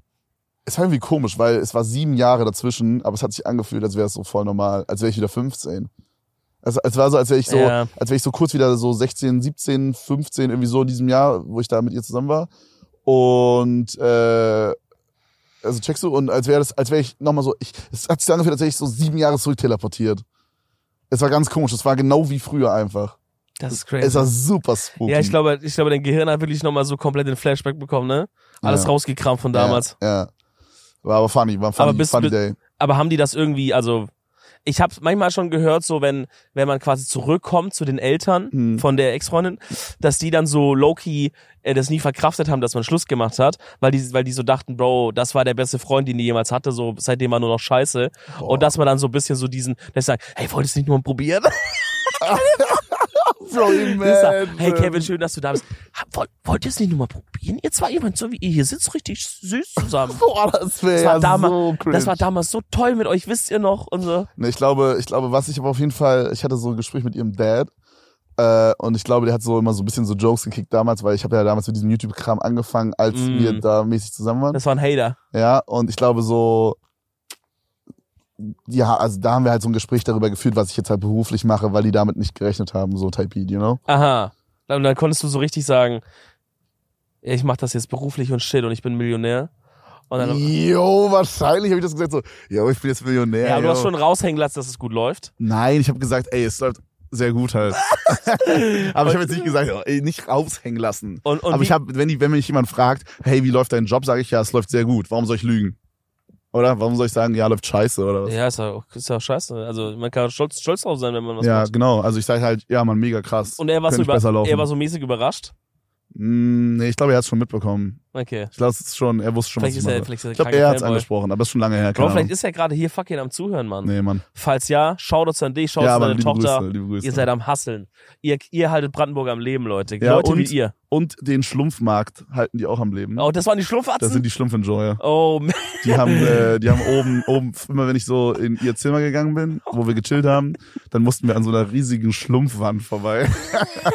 Speaker 1: es war irgendwie komisch, weil es war sieben Jahre dazwischen, aber es hat sich angefühlt, als wäre es so voll normal, als wäre ich wieder 15. Also, es war so, als wäre ich so,
Speaker 2: Ja.
Speaker 1: als wäre ich so kurz wieder so 16, 17, 15, irgendwie so in diesem Jahr, wo ich da mit ihr zusammen war. Und äh, also checkst du, und als wäre das, als wäre ich nochmal so, ich, es hat sich so angefühlt, als wäre ich so sieben Jahre zurück teleportiert. Es war ganz komisch, es war genau wie früher einfach.
Speaker 2: Das ist
Speaker 1: Es
Speaker 2: crazy.
Speaker 1: war super spooky.
Speaker 2: Ja, ich glaube, ich glaube, dein Gehirn hat wirklich nochmal so komplett den Flashback bekommen, ne? Alles
Speaker 1: Ja.
Speaker 2: rausgekramt von damals.
Speaker 1: Ja, ja. War aber funny, war ein funny,
Speaker 2: Aber bist-
Speaker 1: funny
Speaker 2: bist-
Speaker 1: day.
Speaker 2: Aber haben die das irgendwie, also ich habe manchmal schon gehört, so wenn wenn man quasi zurückkommt zu den Eltern
Speaker 1: Hm.
Speaker 2: von der Ex-Freundin, dass die dann so Loki äh, das nie verkraftet haben, dass man Schluss gemacht hat, weil die weil die so dachten, Bro, das war der beste Freund, den die jemals hatte, so seitdem war nur noch Scheiße
Speaker 1: Boah.
Speaker 2: und dass man dann so ein bisschen so diesen, dass ich sag, hey, wolltest du nicht nur mal probieren?
Speaker 1: Sorry,
Speaker 2: Das ist da, hey Kevin, schön, dass du da bist. Ha, woll- Wollt ihr es nicht nur mal probieren? Ihr zwei jemand so wie ihr hier sitzt richtig süß zusammen.
Speaker 1: Boah, das
Speaker 2: Das
Speaker 1: wäre
Speaker 2: war,
Speaker 1: ja so
Speaker 2: damals,
Speaker 1: cringe.
Speaker 2: das war damals so toll mit euch, wisst ihr noch? Und so.
Speaker 1: nee, ich glaube, ich glaube, was ich aber auf jeden Fall, ich hatte so ein Gespräch mit ihrem Dad. Äh, und ich glaube, der hat so immer so ein bisschen so Jokes gekickt damals, weil ich habe ja damals mit diesem YouTube-Kram angefangen, als
Speaker 2: Mm.
Speaker 1: wir da mäßig zusammen waren.
Speaker 2: Das war ein Hater.
Speaker 1: Ja, und ich glaube so, ja, also da haben wir halt so ein Gespräch darüber geführt, was ich jetzt halt beruflich mache, weil die damit nicht gerechnet haben, so Type Beat, you know?
Speaker 2: Aha. Und dann konntest du so richtig sagen, ja, ich mache das jetzt beruflich und shit und ich bin Millionär. Und dann, ja,
Speaker 1: Jo, wahrscheinlich habe ich das gesagt so, yo, ich bin jetzt Millionär.
Speaker 2: aber du
Speaker 1: yo.
Speaker 2: hast schon raushängen lassen, dass es gut läuft.
Speaker 1: Nein, ich habe gesagt, ey, es läuft sehr gut halt. aber ich habe jetzt nicht gesagt, oh, ey, nicht raushängen lassen.
Speaker 2: Und, und
Speaker 1: aber
Speaker 2: wie,
Speaker 1: ich habe, wenn, die- wenn mich jemand fragt, hey, wie läuft dein Job, sage ich ja, es läuft sehr gut. Warum soll ich lügen? Oder? Warum soll ich sagen, ja, läuft scheiße oder was?
Speaker 2: ja, ist ja, auch- ist ja auch scheiße. Also man kann stolz, stolz drauf sein, wenn man was
Speaker 1: Ja,
Speaker 2: macht.
Speaker 1: genau. Also ich sage halt, ja, man, mega krass.
Speaker 2: Und er war, so
Speaker 1: Könnte ich
Speaker 2: über,
Speaker 1: besser laufen.
Speaker 2: er war so mäßig überrascht.
Speaker 1: Hm, nee, ich glaube, er hat es schon mitbekommen.
Speaker 2: Okay.
Speaker 1: Ich glaube, es ist schon, er wusste schon,
Speaker 2: Vielleicht
Speaker 1: was
Speaker 2: ist
Speaker 1: ich
Speaker 2: er,
Speaker 1: mache.
Speaker 2: vielleicht ist er
Speaker 1: Ich glaube,
Speaker 2: kranker
Speaker 1: er hat es
Speaker 2: Fanboy.
Speaker 1: angesprochen, aber ist schon lange her. Keine
Speaker 2: Bro, vielleicht
Speaker 1: Ahnung.
Speaker 2: ist er gerade hier fucking am Zuhören, Mann.
Speaker 1: Nee, Mann.
Speaker 2: Falls ja, Shoutouts an dich, Shoutouts
Speaker 1: Ja,
Speaker 2: an
Speaker 1: aber
Speaker 2: deine
Speaker 1: liebe
Speaker 2: Tochter.
Speaker 1: Grüße, liebe Grüße.
Speaker 2: Ihr seid am Hasseln. Ihr, ihr haltet Brandenburg am Leben, Leute.
Speaker 1: Ja,
Speaker 2: Leute wie
Speaker 1: und-
Speaker 2: ihr.
Speaker 1: Und den Schlumpfmarkt halten die auch am Leben.
Speaker 2: Oh, das waren die
Speaker 1: Das
Speaker 2: Schlumpfatzen?
Speaker 1: sind die Schlumpfenjoyer.
Speaker 2: oh, man.
Speaker 1: Die haben, äh, die haben oben, oben, immer wenn ich so in ihr Zimmer gegangen bin, wo wir gechillt haben, dann mussten wir an so einer riesigen Schlumpfwand vorbei.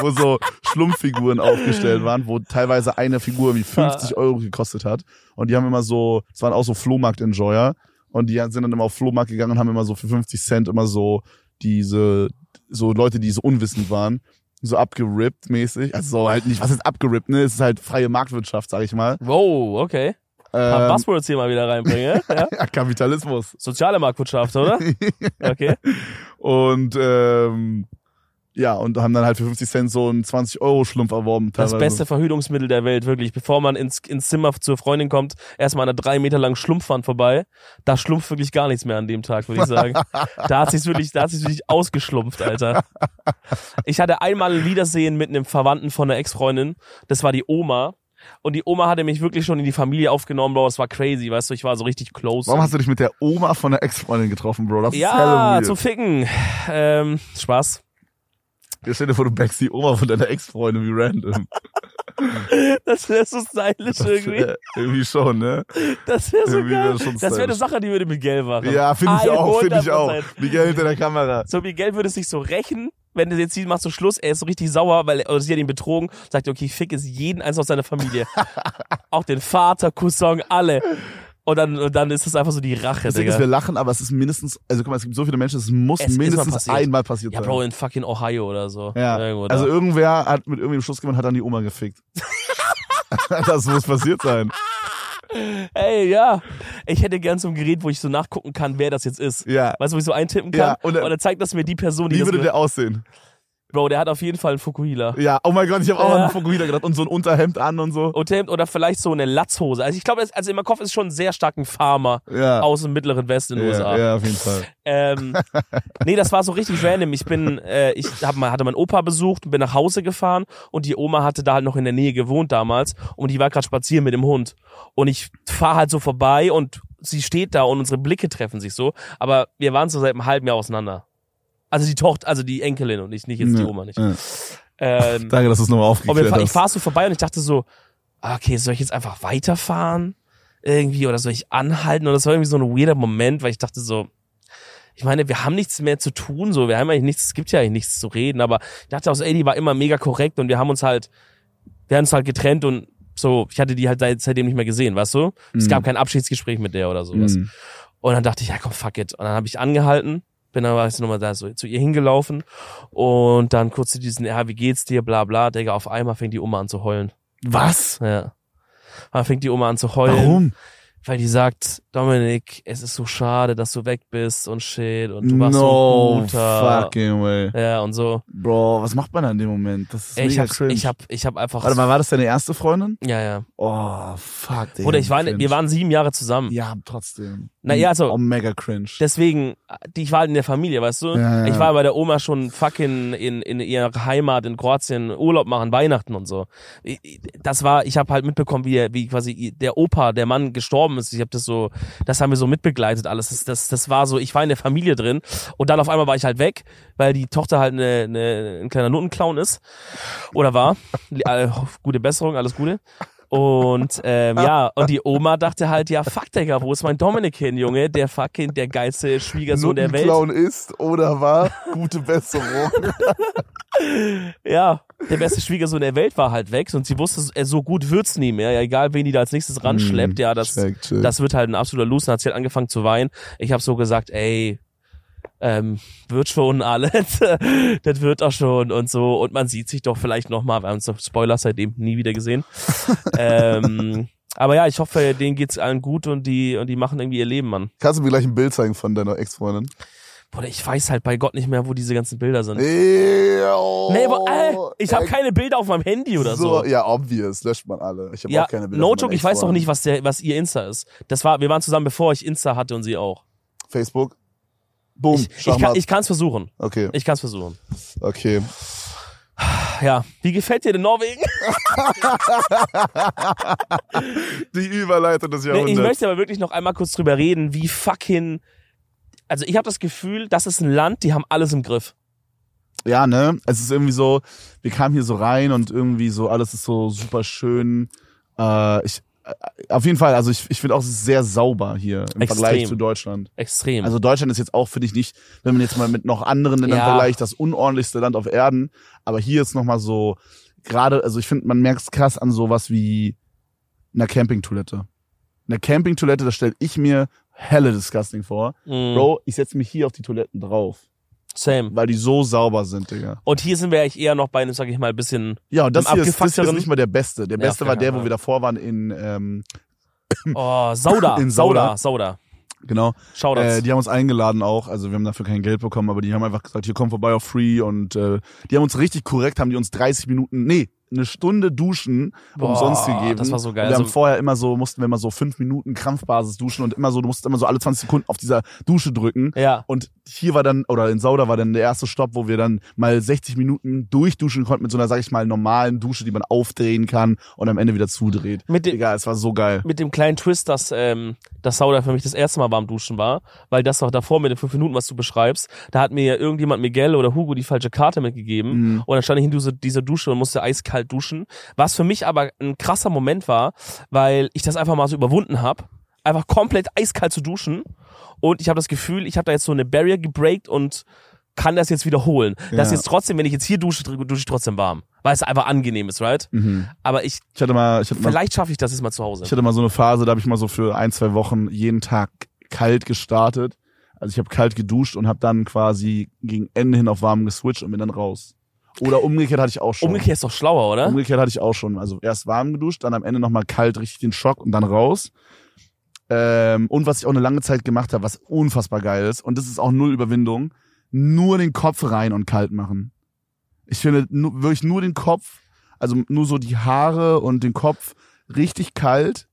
Speaker 1: wo so Schlumpffiguren aufgestellt waren, wo teilweise eine Figur wie 50 Euro gekostet hat. Und die haben immer so, es waren auch so Flohmarkt-Enjoyer. Und die sind dann immer auf Flohmarkt gegangen und haben immer so für 50 Cent immer so diese, so Leute, die so unwissend waren, so abgerippt mäßig. Also halt nicht, was ist abgerippt, ne? Es ist halt freie Marktwirtschaft, sag ich mal.
Speaker 2: Wow, okay. Ein paar
Speaker 1: Ähm,
Speaker 2: Buzzwords hier mal wieder reinbringen. ja?
Speaker 1: ja, Ähm, Kapitalismus.
Speaker 2: Soziale Marktwirtschaft, oder? Okay.
Speaker 1: Und ähm, ja, und haben dann halt für 50 Cent so einen 20-Euro-Schlumpf erworben.
Speaker 2: Das
Speaker 1: teilweise.
Speaker 2: beste Verhütungsmittel der Welt, wirklich. Bevor man ins, ins Zimmer zur Freundin kommt, erstmal an einer drei Meter langen Schlumpfwand vorbei. Da schlumpft wirklich gar nichts mehr an dem Tag, würde ich sagen. da hat sich's wirklich, da hat sich's wirklich ausgeschlumpft, Alter. Ich hatte einmal ein Wiedersehen mit einem Verwandten von einer Ex-Freundin. Das war die Oma. Und die Oma hatte mich wirklich schon in die Familie aufgenommen, Bro. Das war crazy, weißt du, ich war so richtig close.
Speaker 1: Warum hast du dich mit der Oma von der Ex-Freundin getroffen, Bro? Das ist hella
Speaker 2: ja,
Speaker 1: weird.
Speaker 2: zu ficken. Ähm, Spaß.
Speaker 1: Ja, Stell dir vor, du backst die Oma von deiner Ex-Freundin wie random.
Speaker 2: Das wäre so stylisch irgendwie.
Speaker 1: Äh, irgendwie schon, ne?
Speaker 2: Das wäre so
Speaker 1: irgendwie
Speaker 2: geil.
Speaker 1: wär's schon
Speaker 2: Das wäre eine
Speaker 1: stylisch.
Speaker 2: Sache, die würde Miguel machen.
Speaker 1: Ja, finde ich auch, finde ich auch.
Speaker 2: 100%.
Speaker 1: Miguel hinter der Kamera.
Speaker 2: So, Miguel würde sich so rächen, wenn er jetzt sieht, machst du Schluss, er ist so richtig sauer, weil er, oder sie hat ihn betrogen, sagt, okay, ich fick es jeden eins aus seiner Familie. auch den Vater, Cousin, alle. Und dann, und dann ist es einfach so die Rache,
Speaker 1: Das Ding ist,
Speaker 2: Digga.
Speaker 1: wir lachen, aber es ist mindestens, also guck mal, es gibt so viele Menschen, es muss
Speaker 2: Es ist mal
Speaker 1: mindestens
Speaker 2: passiert.
Speaker 1: einmal passiert
Speaker 2: Ja,
Speaker 1: sein.
Speaker 2: Bro, in fucking Ohio oder so.
Speaker 1: Ja.
Speaker 2: Irgendwo da.
Speaker 1: also irgendwer hat mit irgendwem Schluss gemacht und hat dann die Oma gefickt. das muss passiert sein.
Speaker 2: Ey, ja. Ich hätte gern so ein Gerät, wo ich so nachgucken kann, wer das jetzt ist.
Speaker 1: Ja.
Speaker 2: Weißt du, wo ich so eintippen kann?
Speaker 1: Ja,
Speaker 2: und,
Speaker 1: und dann-
Speaker 2: dann zeigt das mir die Person, die
Speaker 1: Wie
Speaker 2: das
Speaker 1: würde
Speaker 2: mit-
Speaker 1: der aussehen?
Speaker 2: Bro, der hat auf jeden Fall einen Fukuhila.
Speaker 1: Ja, oh mein Gott, ich habe auch
Speaker 2: Ja.
Speaker 1: an Fukuhila gedacht und so ein Unterhemd an und so.
Speaker 2: Und der- Oder vielleicht so eine Latzhose. Also ich glaube, es- also in meinem Kopf ist schon sehr stark ein Farmer
Speaker 1: Ja.
Speaker 2: aus dem mittleren Westen in den USA.
Speaker 1: ja, ja, auf jeden Fall.
Speaker 2: Ähm, nee, das war so richtig random. Ich bin, äh, ich hab mal, hatte meinen Opa besucht und bin nach Hause gefahren und die Oma hatte da halt noch in der Nähe gewohnt damals und die war gerade spazieren mit dem Hund. Und ich fahre halt so vorbei und sie steht da und unsere Blicke treffen sich so, aber wir waren so seit einem halben Jahr auseinander. Also die Tochter, also die Enkelin und ich, nicht jetzt die
Speaker 1: Ja,
Speaker 2: Oma nicht.
Speaker 1: ja.
Speaker 2: Ähm,
Speaker 1: Danke, dass du es nochmal
Speaker 2: und wir
Speaker 1: aufgeklärt
Speaker 2: fahr, ich
Speaker 1: hast.
Speaker 2: fahr so vorbei und ich dachte so, ah, okay, soll ich jetzt einfach weiterfahren? Irgendwie oder soll ich anhalten? Und das war irgendwie so ein weirder Moment, weil ich dachte so, ich meine, wir haben nichts mehr zu tun, so, wir haben eigentlich nichts, es gibt ja eigentlich nichts zu reden, aber ich dachte auch so, ey, die war immer mega korrekt und wir haben uns halt, wir haben uns halt getrennt und so, ich hatte die halt seit- seitdem nicht mehr gesehen, weißt du? Es
Speaker 1: Mhm.
Speaker 2: gab kein Abschiedsgespräch mit der oder sowas.
Speaker 1: Mhm.
Speaker 2: Und dann dachte ich, ja komm, fuck it. Und dann habe ich angehalten, bin dann weißt du, nochmal da so zu ihr hingelaufen und dann kurz zu diesen, ja, wie geht's dir, bla bla, Digga, auf einmal fängt die Oma an zu heulen.
Speaker 1: Was?
Speaker 2: Ja. Dann fängt die Oma an zu heulen,
Speaker 1: Warum?
Speaker 2: weil die sagt, Dominik, es ist so schade, dass du weg bist und shit und du warst so ein
Speaker 1: no
Speaker 2: guter.
Speaker 1: fucking way.
Speaker 2: Ja, und so.
Speaker 1: Bro, was macht man da in dem Moment? Das ist
Speaker 2: Ey, ich
Speaker 1: mega
Speaker 2: hab,
Speaker 1: cringe.
Speaker 2: ich hab, ich hab einfach.
Speaker 1: Warte mal, war das deine erste Freundin?
Speaker 2: ja, ja.
Speaker 1: Oh, fuck, Digga.
Speaker 2: Oder ich war,
Speaker 1: cringe.
Speaker 2: wir waren sieben Jahre zusammen.
Speaker 1: Ja, trotzdem.
Speaker 2: Na ja, also-
Speaker 1: Oh, mega cringe.
Speaker 2: Deswegen, die- ich war halt in der Familie, weißt du?
Speaker 1: Ja, ja,
Speaker 2: Ich
Speaker 1: ja.
Speaker 2: war bei der Oma schon fucking in, in ihrer Heimat in Kroatien Urlaub machen, Weihnachten und so. Ich- ich- Das war, ich habe halt mitbekommen, wie, er- wie quasi i- der Opa, der Mann gestorben ist. Ich habe das so, das haben wir so mitbegleitet alles. Das, das, das war so, ich war in der Familie drin und dann auf einmal war ich halt weg, weil die Tochter halt eine, eine, ein kleiner Notenclown ist. Oder war. Äh, Gute Besserung, alles Gute. Und ähm, ja, und die Oma dachte halt, ja, fuck, Digga, wo ist mein Dominik hin, Junge? Der fucking, der geilste Schwiegersohn der Welt.
Speaker 1: Nuttenclown ist oder war gute Besserung.
Speaker 2: Ja, der beste Schwiegersohn der Welt war halt weg und sie wusste, äh, so gut wird's nie mehr. Ja, egal, wen die da als nächstes ranschleppt, ja, das,
Speaker 1: Check, check.
Speaker 2: das wird halt ein absoluter Loser. Hat sie halt angefangen zu weinen. Ich habe so gesagt, ey, ähm, wird schon alles, das wird auch schon und so und man sieht sich doch vielleicht noch mal. Wir haben uns noch Spoiler seitdem nie wieder gesehen. ähm, aber ja, ich hoffe, denen geht's allen gut und die und die machen irgendwie ihr Leben, Mann.
Speaker 1: Kannst du mir gleich ein Bild zeigen von deiner Ex-Freundin?
Speaker 2: Boah, ich weiß halt bei Gott nicht mehr, wo diese ganzen Bilder sind.
Speaker 1: Ew.
Speaker 2: Nee, aber, äh, ich habe
Speaker 1: Ex-
Speaker 2: keine Bilder auf meinem Handy oder so.
Speaker 1: Ja, obvious, löscht man alle. Ich habe
Speaker 2: Ja,
Speaker 1: auch keine Bilder.
Speaker 2: no
Speaker 1: von
Speaker 2: joke,
Speaker 1: meiner
Speaker 2: ich weiß auch
Speaker 1: Ex-Freundin.
Speaker 2: nicht, was, der, was ihr Insta ist. Das war, wir waren zusammen, bevor ich Insta hatte und sie auch.
Speaker 1: Facebook. Boom,
Speaker 2: Ich, ich, kann,
Speaker 1: Schachmatt.
Speaker 2: ich kann's versuchen.
Speaker 1: Okay,
Speaker 2: Ich kann's versuchen.
Speaker 1: okay.
Speaker 2: Ja. Wie gefällt dir denn Norwegen?
Speaker 1: Die Überleitung des
Speaker 2: Nee, ich
Speaker 1: Jahrhunderts.
Speaker 2: möchte aber wirklich noch einmal kurz drüber reden, wie fucking. Also ich habe das Gefühl, das ist ein Land, die haben alles im Griff.
Speaker 1: ja, ne? Es ist irgendwie so, wir kamen hier so rein und irgendwie so, alles ist so super schön. Äh, ich, äh, auf jeden Fall, also ich, ich finde auch, es ist sehr sauber hier im
Speaker 2: Extrem.
Speaker 1: Vergleich zu Deutschland.
Speaker 2: Extrem.
Speaker 1: Also Deutschland ist jetzt auch, finde ich, nicht, wenn man jetzt mal mit noch anderen Ländern
Speaker 2: Ja.
Speaker 1: vergleicht, das unordentlichste Land auf Erden. Aber hier ist nochmal so, gerade, also ich finde, man merkt es krass an sowas wie einer Campingtoilette. Eine Campingtoilette, das stelle ich mir helle disgusting vor.
Speaker 2: Mm,
Speaker 1: Bro, ich setze mich hier auf die Toiletten drauf,
Speaker 2: Same.
Speaker 1: weil die so sauber sind, Digga.
Speaker 2: Und hier sind wir eigentlich eher noch bei einem, sag ich mal, bisschen.
Speaker 1: Ja, und das hier,
Speaker 2: Einem
Speaker 1: ist, das hier ist
Speaker 2: abgefuckteren-
Speaker 1: nicht mal der Beste. Der
Speaker 2: Ja,
Speaker 1: Beste
Speaker 2: auf
Speaker 1: war
Speaker 2: gar
Speaker 1: der,
Speaker 2: keinen
Speaker 1: wo wir davor waren in, ähm,
Speaker 2: Oh, Sauda.
Speaker 1: In Sauda.
Speaker 2: Sauda.
Speaker 1: genau,
Speaker 2: Shoutouts.
Speaker 1: äh, die haben uns eingeladen auch, also wir haben dafür kein Geld bekommen, aber die haben einfach gesagt, hier komm vorbei auf Free und äh, die haben uns richtig korrekt, haben die uns 30 Minuten, nee, eine Stunde duschen
Speaker 2: Boah,
Speaker 1: umsonst gegeben.
Speaker 2: das war so geil.
Speaker 1: Und Wir haben
Speaker 2: Also-
Speaker 1: vorher immer so, mussten wir immer so fünf Minuten Krampfbasis duschen und immer so, du musst immer so alle 20 Sekunden auf dieser Dusche drücken.
Speaker 2: Ja.
Speaker 1: Und hier war dann, oder in Sauda war dann der erste Stopp, wo wir dann mal 60 Minuten durchduschen konnten mit so einer, sag ich mal, normalen Dusche, die man aufdrehen kann und am Ende wieder zudreht.
Speaker 2: Mit dem,
Speaker 1: Egal, es war so geil.
Speaker 2: mit dem kleinen Twist, dass, ähm, dass Sauda für mich das erste Mal warm duschen war, weil das noch davor mit den fünf Minuten, was du beschreibst, da hat mir ja irgendjemand Miguel oder Hugo die falsche Karte mitgegeben.
Speaker 1: Mhm.
Speaker 2: Und dann stand ich in diese, dieser Dusche und musste eiskalt duschen. Was für mich aber ein krasser Moment war, weil ich das einfach mal so überwunden habe. Einfach komplett eiskalt zu duschen. Und ich habe das Gefühl, ich habe da jetzt so eine Barrier gebreakt und kann das jetzt wiederholen. Das ist
Speaker 1: Ja.
Speaker 2: jetzt trotzdem, wenn ich jetzt hier dusche, dr- dusche ich trotzdem warm. Weil es einfach angenehm ist, right?
Speaker 1: Mhm.
Speaker 2: Aber ich,
Speaker 1: Ich hatte mal, ich hatte mal
Speaker 2: vielleicht schaffe ich das jetzt mal zu Hause.
Speaker 1: Ich hatte mal so eine Phase, da habe ich mal so für ein, zwei Wochen jeden Tag kalt gestartet. Also ich habe kalt geduscht und habe dann quasi gegen Ende hin auf warm geswitcht und bin dann raus. Oder umgekehrt hatte ich auch schon.
Speaker 2: Umgekehrt ist doch schlauer, oder?
Speaker 1: Umgekehrt hatte ich auch schon. Also erst warm geduscht, dann am Ende nochmal kalt, richtig den Schock und dann raus. Ähm, und was ich auch eine lange Zeit gemacht habe, was unfassbar geil ist, und das ist auch null Überwindung, nur den Kopf rein und kalt machen. Ich finde nur, wirklich nur den Kopf, also nur so die Haare und den Kopf richtig kalt.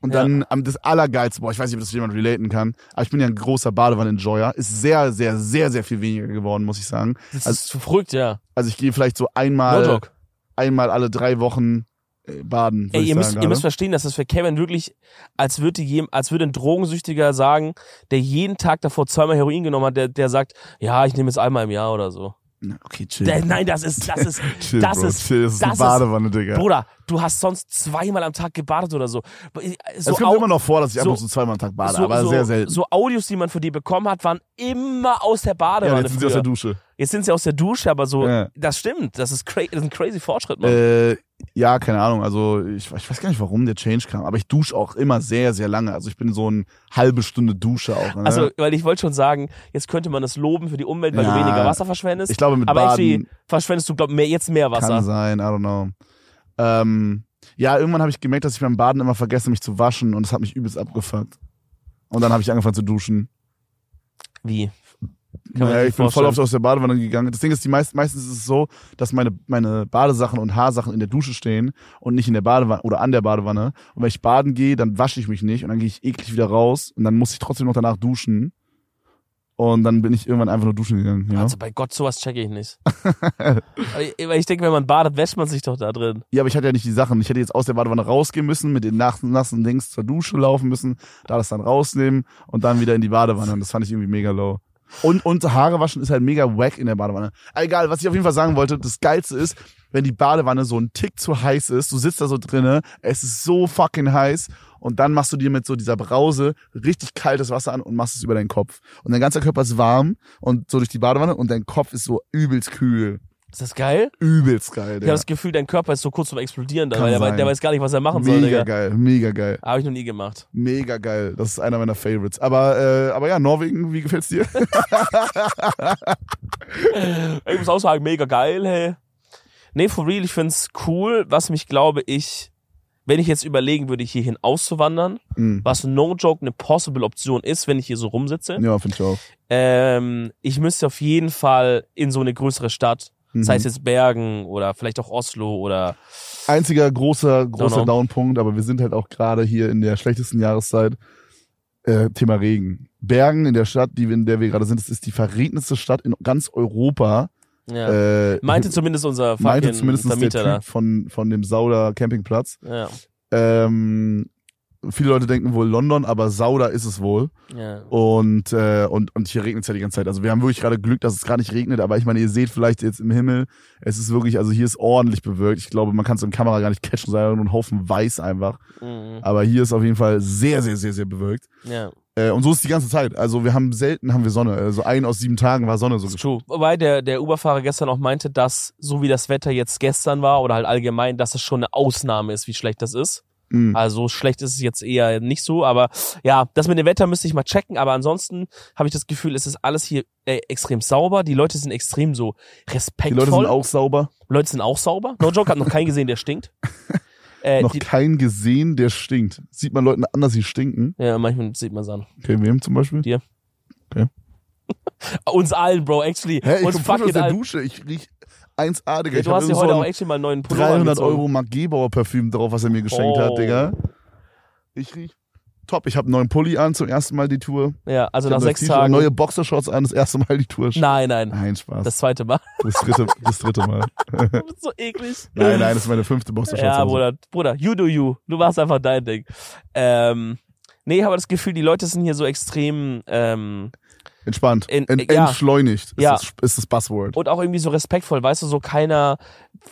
Speaker 1: Und
Speaker 2: Ja.
Speaker 1: dann am das Allergeilste, boah, ich weiß nicht, ob das jemand relaten kann, aber ich bin ja ein großer Badewannen-Enjoyer, ist sehr, sehr, sehr, sehr viel weniger geworden, muss ich sagen.
Speaker 2: Das
Speaker 1: Also-
Speaker 2: ist verrückt, ja.
Speaker 1: Also ich gehe vielleicht so
Speaker 2: No
Speaker 1: einmal
Speaker 2: joke.
Speaker 1: einmal alle drei Wochen äh, baden. würd
Speaker 2: Ey,
Speaker 1: ich
Speaker 2: ihr müsst,
Speaker 1: sagen,
Speaker 2: ihr
Speaker 1: gerade.
Speaker 2: müsst verstehen, dass das für Kevin wirklich, als würde, jedem, als würde ein Drogensüchtiger sagen, der jeden Tag davor zweimal Heroin genommen hat, der, der sagt, ja, ich nehme jetzt einmal im Jahr oder so.
Speaker 1: Na, okay, chill.
Speaker 2: Der, nein, das ist, das ist,
Speaker 1: chill,
Speaker 2: das
Speaker 1: Bro,
Speaker 2: ist-
Speaker 1: chill. Das ist
Speaker 2: das
Speaker 1: eine
Speaker 2: ist-
Speaker 1: Badewanne, Digga.
Speaker 2: Bruder, du hast sonst zweimal am Tag gebadet oder so. so
Speaker 1: es kommt
Speaker 2: au-
Speaker 1: immer noch vor, dass ich ab
Speaker 2: so-
Speaker 1: und zu zweimal am Tag bade,
Speaker 2: so,
Speaker 1: aber
Speaker 2: so,
Speaker 1: sehr selten.
Speaker 2: So Audios, die man von dir bekommen hat, waren immer aus der
Speaker 1: ja,
Speaker 2: Badewanne.
Speaker 1: jetzt sind sie aus der
Speaker 2: früher.
Speaker 1: Dusche.
Speaker 2: jetzt sind sie aus der Dusche, aber so,
Speaker 1: Ja.
Speaker 2: das stimmt. Das ist, cra das ist ein crazy Fortschritt, Mann.
Speaker 1: Äh, ja, keine Ahnung. Also ich, ich weiß gar nicht, warum der Change kam, aber ich dusche auch immer sehr, sehr lange. Also ich bin so ein halbe Stunde Dusche auch. Ne?
Speaker 2: Also, weil ich wollte schon sagen, jetzt könnte man das loben für die Umwelt, weil du
Speaker 1: Ja.
Speaker 2: weniger Wasser verschwendest.
Speaker 1: ich glaube, mit
Speaker 2: aber
Speaker 1: Baden
Speaker 2: actually verschwendest du, glaub mehr jetzt mehr
Speaker 1: Kann
Speaker 2: Wasser.
Speaker 1: sein, I don't know. Ähm, ja, irgendwann habe ich gemerkt, dass ich beim Baden immer vergesse, mich zu waschen und das hat mich übelst abgefuckt. Und dann habe ich angefangen zu duschen.
Speaker 2: Wie? man
Speaker 1: Naja,
Speaker 2: sich
Speaker 1: ich bin voll
Speaker 2: vorstellen.
Speaker 1: oft aus der Badewanne gegangen. Das Ding ist, die meist, meistens ist es so, dass meine, meine Badesachen und Haarsachen in der Dusche stehen und nicht in der Badewanne oder an der Badewanne. Und wenn ich baden gehe, dann wasche ich mich nicht und dann gehe ich eklig wieder raus und dann muss ich trotzdem noch danach duschen. Und dann bin ich irgendwann einfach nur duschen gegangen. Ja,
Speaker 2: Also bei Gott, sowas checke ich nicht. Aber ich- Weil ich denke, wenn man badet, wäscht man sich doch da drin.
Speaker 1: ja aber ich hatte ja nicht die Sachen. Ich hätte jetzt aus der Badewanne rausgehen müssen, mit den nassen, nassen Dings zur Dusche laufen müssen, da das dann rausnehmen und dann wieder in die Badewanne. Und das fand ich irgendwie mega low. Und, und Haare waschen ist halt mega wack in der Badewanne. Egal, was ich auf jeden Fall sagen wollte, das Geilste ist, wenn die Badewanne so ein Tick zu heiß ist, du sitzt da so drinne, es ist so fucking heiß und dann machst du dir mit so dieser Brause richtig kaltes Wasser an und machst es über deinen Kopf. Und dein ganzer Körper ist warm und so durch die Badewanne und dein Kopf ist so übelst kühl.
Speaker 2: Ist das geil?
Speaker 1: Übelst geil,
Speaker 2: Ich habe
Speaker 1: Digga.
Speaker 2: das Gefühl, dein Körper ist so kurz zum Explodieren, dann,
Speaker 1: Kann
Speaker 2: weil der, wei-
Speaker 1: sein.
Speaker 2: der weiß gar nicht, was er machen soll.
Speaker 1: Mega
Speaker 2: Digga.
Speaker 1: geil, mega geil,
Speaker 2: Habe ich noch nie gemacht.
Speaker 1: mega geil. Das ist einer meiner Favorites. Aber, äh, aber ja, Norwegen, wie gefällt's dir?
Speaker 2: Ich muss auch sagen, mega geil, hey. Nee, for real, ich find's cool, was mich, glaube ich, wenn ich jetzt überlegen würde, hierhin auszuwandern,
Speaker 1: Mhm.
Speaker 2: was no joke eine possible Option ist, wenn ich hier so rumsitze.
Speaker 1: Ja, finde ich auch.
Speaker 2: Ähm, ich müsste auf jeden Fall in so eine größere Stadt,
Speaker 1: Mhm.
Speaker 2: sei es jetzt Bergen oder vielleicht auch Oslo oder
Speaker 1: einziger großer, großer
Speaker 2: Donau.
Speaker 1: Downpunkt, aber wir sind halt auch gerade hier in der schlechtesten Jahreszeit. Äh, Thema Regen. Bergen in der Stadt, die, wir- in der wir gerade sind, das ist die verregnetste Stadt in ganz Europa.
Speaker 2: ja.
Speaker 1: Äh,
Speaker 2: meinte zumindest unser fucking
Speaker 1: meinte zumindest der
Speaker 2: Vermieter da.
Speaker 1: Typ von, von dem Sauder Campingplatz.
Speaker 2: Ja,
Speaker 1: Ähm, viele Leute denken wohl London, aber Sauder ist es wohl.
Speaker 2: ja.
Speaker 1: Und, äh, und, und hier regnet es ja die ganze Zeit. Also wir haben wirklich gerade Glück, dass es gerade nicht regnet, aber ich meine, ihr seht vielleicht jetzt im Himmel, es ist wirklich, also hier ist ordentlich bewölkt. Ich glaube, man kann es in Kamera gar nicht catchen, sondern nur ein Haufen weiß einfach.
Speaker 2: Mhm.
Speaker 1: Aber hier ist auf jeden Fall sehr, sehr, sehr, sehr bewölkt.
Speaker 2: ja.
Speaker 1: Äh, und so ist die ganze Zeit. Also wir haben selten haben wir Sonne. Also ein aus sieben Tagen war Sonne so.
Speaker 2: Ist True. Wobei der, der Uberfahrer gestern auch meinte, dass so wie das Wetter jetzt gestern war oder halt allgemein, dass es schon eine Ausnahme ist, wie schlecht das ist.
Speaker 1: Mhm.
Speaker 2: Also so schlecht ist es jetzt eher nicht so, aber ja, das mit dem Wetter müsste ich mal checken, aber ansonsten habe ich das Gefühl, es ist alles hier äh, extrem sauber, die Leute sind extrem so
Speaker 1: Die
Speaker 2: respektvoll.
Speaker 1: Leute sind auch sauber.
Speaker 2: Leute sind auch sauber. No joke, hat noch keinen gesehen, der stinkt. Äh,
Speaker 1: Noch
Speaker 2: die,
Speaker 1: keinen gesehen, der stinkt. Sieht man Leuten anders, die stinken.
Speaker 2: ja, manchmal sieht man es an.
Speaker 1: Okay, wem zum Beispiel?
Speaker 2: Die- Uns allen, Bro, actually.
Speaker 1: Hä, ich komme
Speaker 2: uns
Speaker 1: frisch aus
Speaker 2: fucking
Speaker 1: der
Speaker 2: allen.
Speaker 1: Dusche. Ich riech 1A, Digga.
Speaker 2: Ja,
Speaker 1: Ich
Speaker 2: du
Speaker 1: hab
Speaker 2: hast ja
Speaker 1: irgend
Speaker 2: heute
Speaker 1: so
Speaker 2: auch
Speaker 1: ein
Speaker 2: echt schon mal einen neuen Pullover
Speaker 1: 300
Speaker 2: angezogen.
Speaker 1: Euro Mark Gebauer Parfüm drauf, was er mir geschenkt
Speaker 2: Oh.
Speaker 1: hat, Digga. Ich riech top. Ich habe einen neuen Pulli an, zum ersten Mal die Tour.
Speaker 2: Ja, also
Speaker 1: Ich hab
Speaker 2: nach
Speaker 1: neue
Speaker 2: sechs
Speaker 1: T-Shirt,
Speaker 2: Tagen.
Speaker 1: Neue Boxershorts an, das erste Mal die Tour.
Speaker 2: nein, nein.
Speaker 1: Nein, Spaß. Das,
Speaker 2: Das zweite Mal.
Speaker 1: dritte, das dritte Mal.
Speaker 2: Du bist so eklig.
Speaker 1: Nein, nein, das ist meine fünfte Boxershorts.
Speaker 2: Ja,
Speaker 1: also.
Speaker 2: Bruder, Bruder, you do you. Du machst einfach dein Ding. Ähm, nee, ich habe das Gefühl, die Leute sind hier so extrem ähm,
Speaker 1: Entspannt.
Speaker 2: In-
Speaker 1: Ent,
Speaker 2: ja.
Speaker 1: Entschleunigt ist,
Speaker 2: Ja.
Speaker 1: das, ist das Buzzword.
Speaker 2: und auch irgendwie so respektvoll, weißt du, so keiner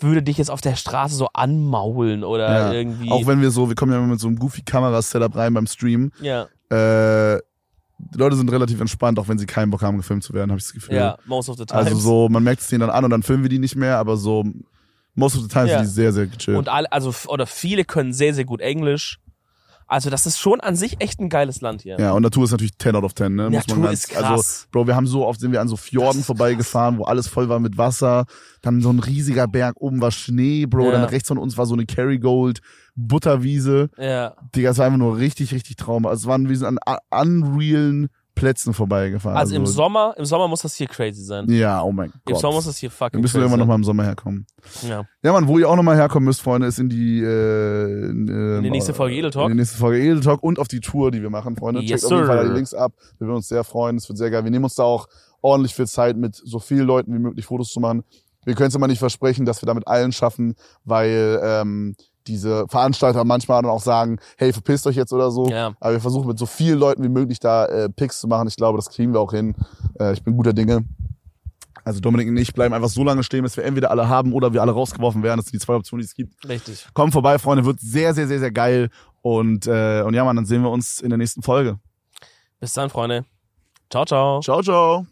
Speaker 2: würde dich jetzt auf der Straße so anmaulen oder
Speaker 1: Ja.
Speaker 2: irgendwie.
Speaker 1: Auch wenn wir so, wir kommen ja immer mit so einem goofy Kamera-Setup rein beim Stream.
Speaker 2: ja,
Speaker 1: Äh, die Leute sind relativ entspannt, auch wenn sie keinen Bock haben, gefilmt zu werden, habe ich das Gefühl.
Speaker 2: ja, most of the time.
Speaker 1: also so, man merkt es denen dann an und dann filmen wir die nicht mehr, aber so most of the time
Speaker 2: Ja.
Speaker 1: sind die sehr, sehr gechillt.
Speaker 2: Und alle, also, f- oder viele können sehr, sehr gut Englisch. Also, das ist schon an sich echt ein geiles Land hier.
Speaker 1: ja, und Natur ist natürlich 10 out of 10, ne?
Speaker 2: Natur ist krass.
Speaker 1: Also, Bro, wir haben so oft sind wir an so Fjorden vorbeigefahren, wo alles voll war mit Wasser. Dann so ein riesiger Berg, oben war Schnee, Bro.
Speaker 2: Ja.
Speaker 1: Dann rechts von uns war so eine Kerrygold Butterwiese.
Speaker 2: ja.
Speaker 1: Digga, es war einfach nur richtig, richtig Traum. Also es waren, wir sind an a- unrealen Plätzen vorbeigefahren.
Speaker 2: Also, im Sommer, im Sommer muss das hier crazy sein.
Speaker 1: Ja, oh mein Gott.
Speaker 2: Im Sommer muss das hier
Speaker 1: wir
Speaker 2: fucking
Speaker 1: müssen
Speaker 2: crazy
Speaker 1: irgendwann
Speaker 2: sein.
Speaker 1: nochmal im Sommer herkommen.
Speaker 2: Ja.
Speaker 1: Ja, Mann, wo ihr auch nochmal herkommen müsst, Freunde, ist in die, äh, in, ähm,
Speaker 2: die nächste Folge Edel Talk.
Speaker 1: In die nächste Folge Edel Talk und auf die Tour, die wir machen, Freunde.
Speaker 2: Yes,
Speaker 1: Checkt auf jeden
Speaker 2: sir.
Speaker 1: Fall alle die Links ab. Wir würden uns sehr freuen. Es wird sehr geil. Wir nehmen uns da auch ordentlich viel Zeit, mit so vielen Leuten wie möglich Fotos zu machen. Wir können es immer nicht versprechen, dass wir damit allen schaffen, weil ähm, diese Veranstalter manchmal dann auch sagen, hey, verpisst euch jetzt oder so.
Speaker 2: Ja.
Speaker 1: Aber wir versuchen mit so vielen Leuten wie möglich da äh, Picks zu machen. Ich glaube, das kriegen wir auch hin. Äh, ich bin guter Dinge. Also Dominik und ich bleiben einfach so lange stehen, bis wir entweder alle haben oder wir alle rausgeworfen werden. Das sind die zwei Optionen, die es gibt.
Speaker 2: Richtig.
Speaker 1: Kommt vorbei, Freunde. Wird sehr, sehr, sehr, sehr geil. Und, äh, und ja, Mann, dann sehen wir uns in der nächsten Folge.
Speaker 2: Bis dann, Freunde. Ciao, ciao.
Speaker 1: Ciao, ciao.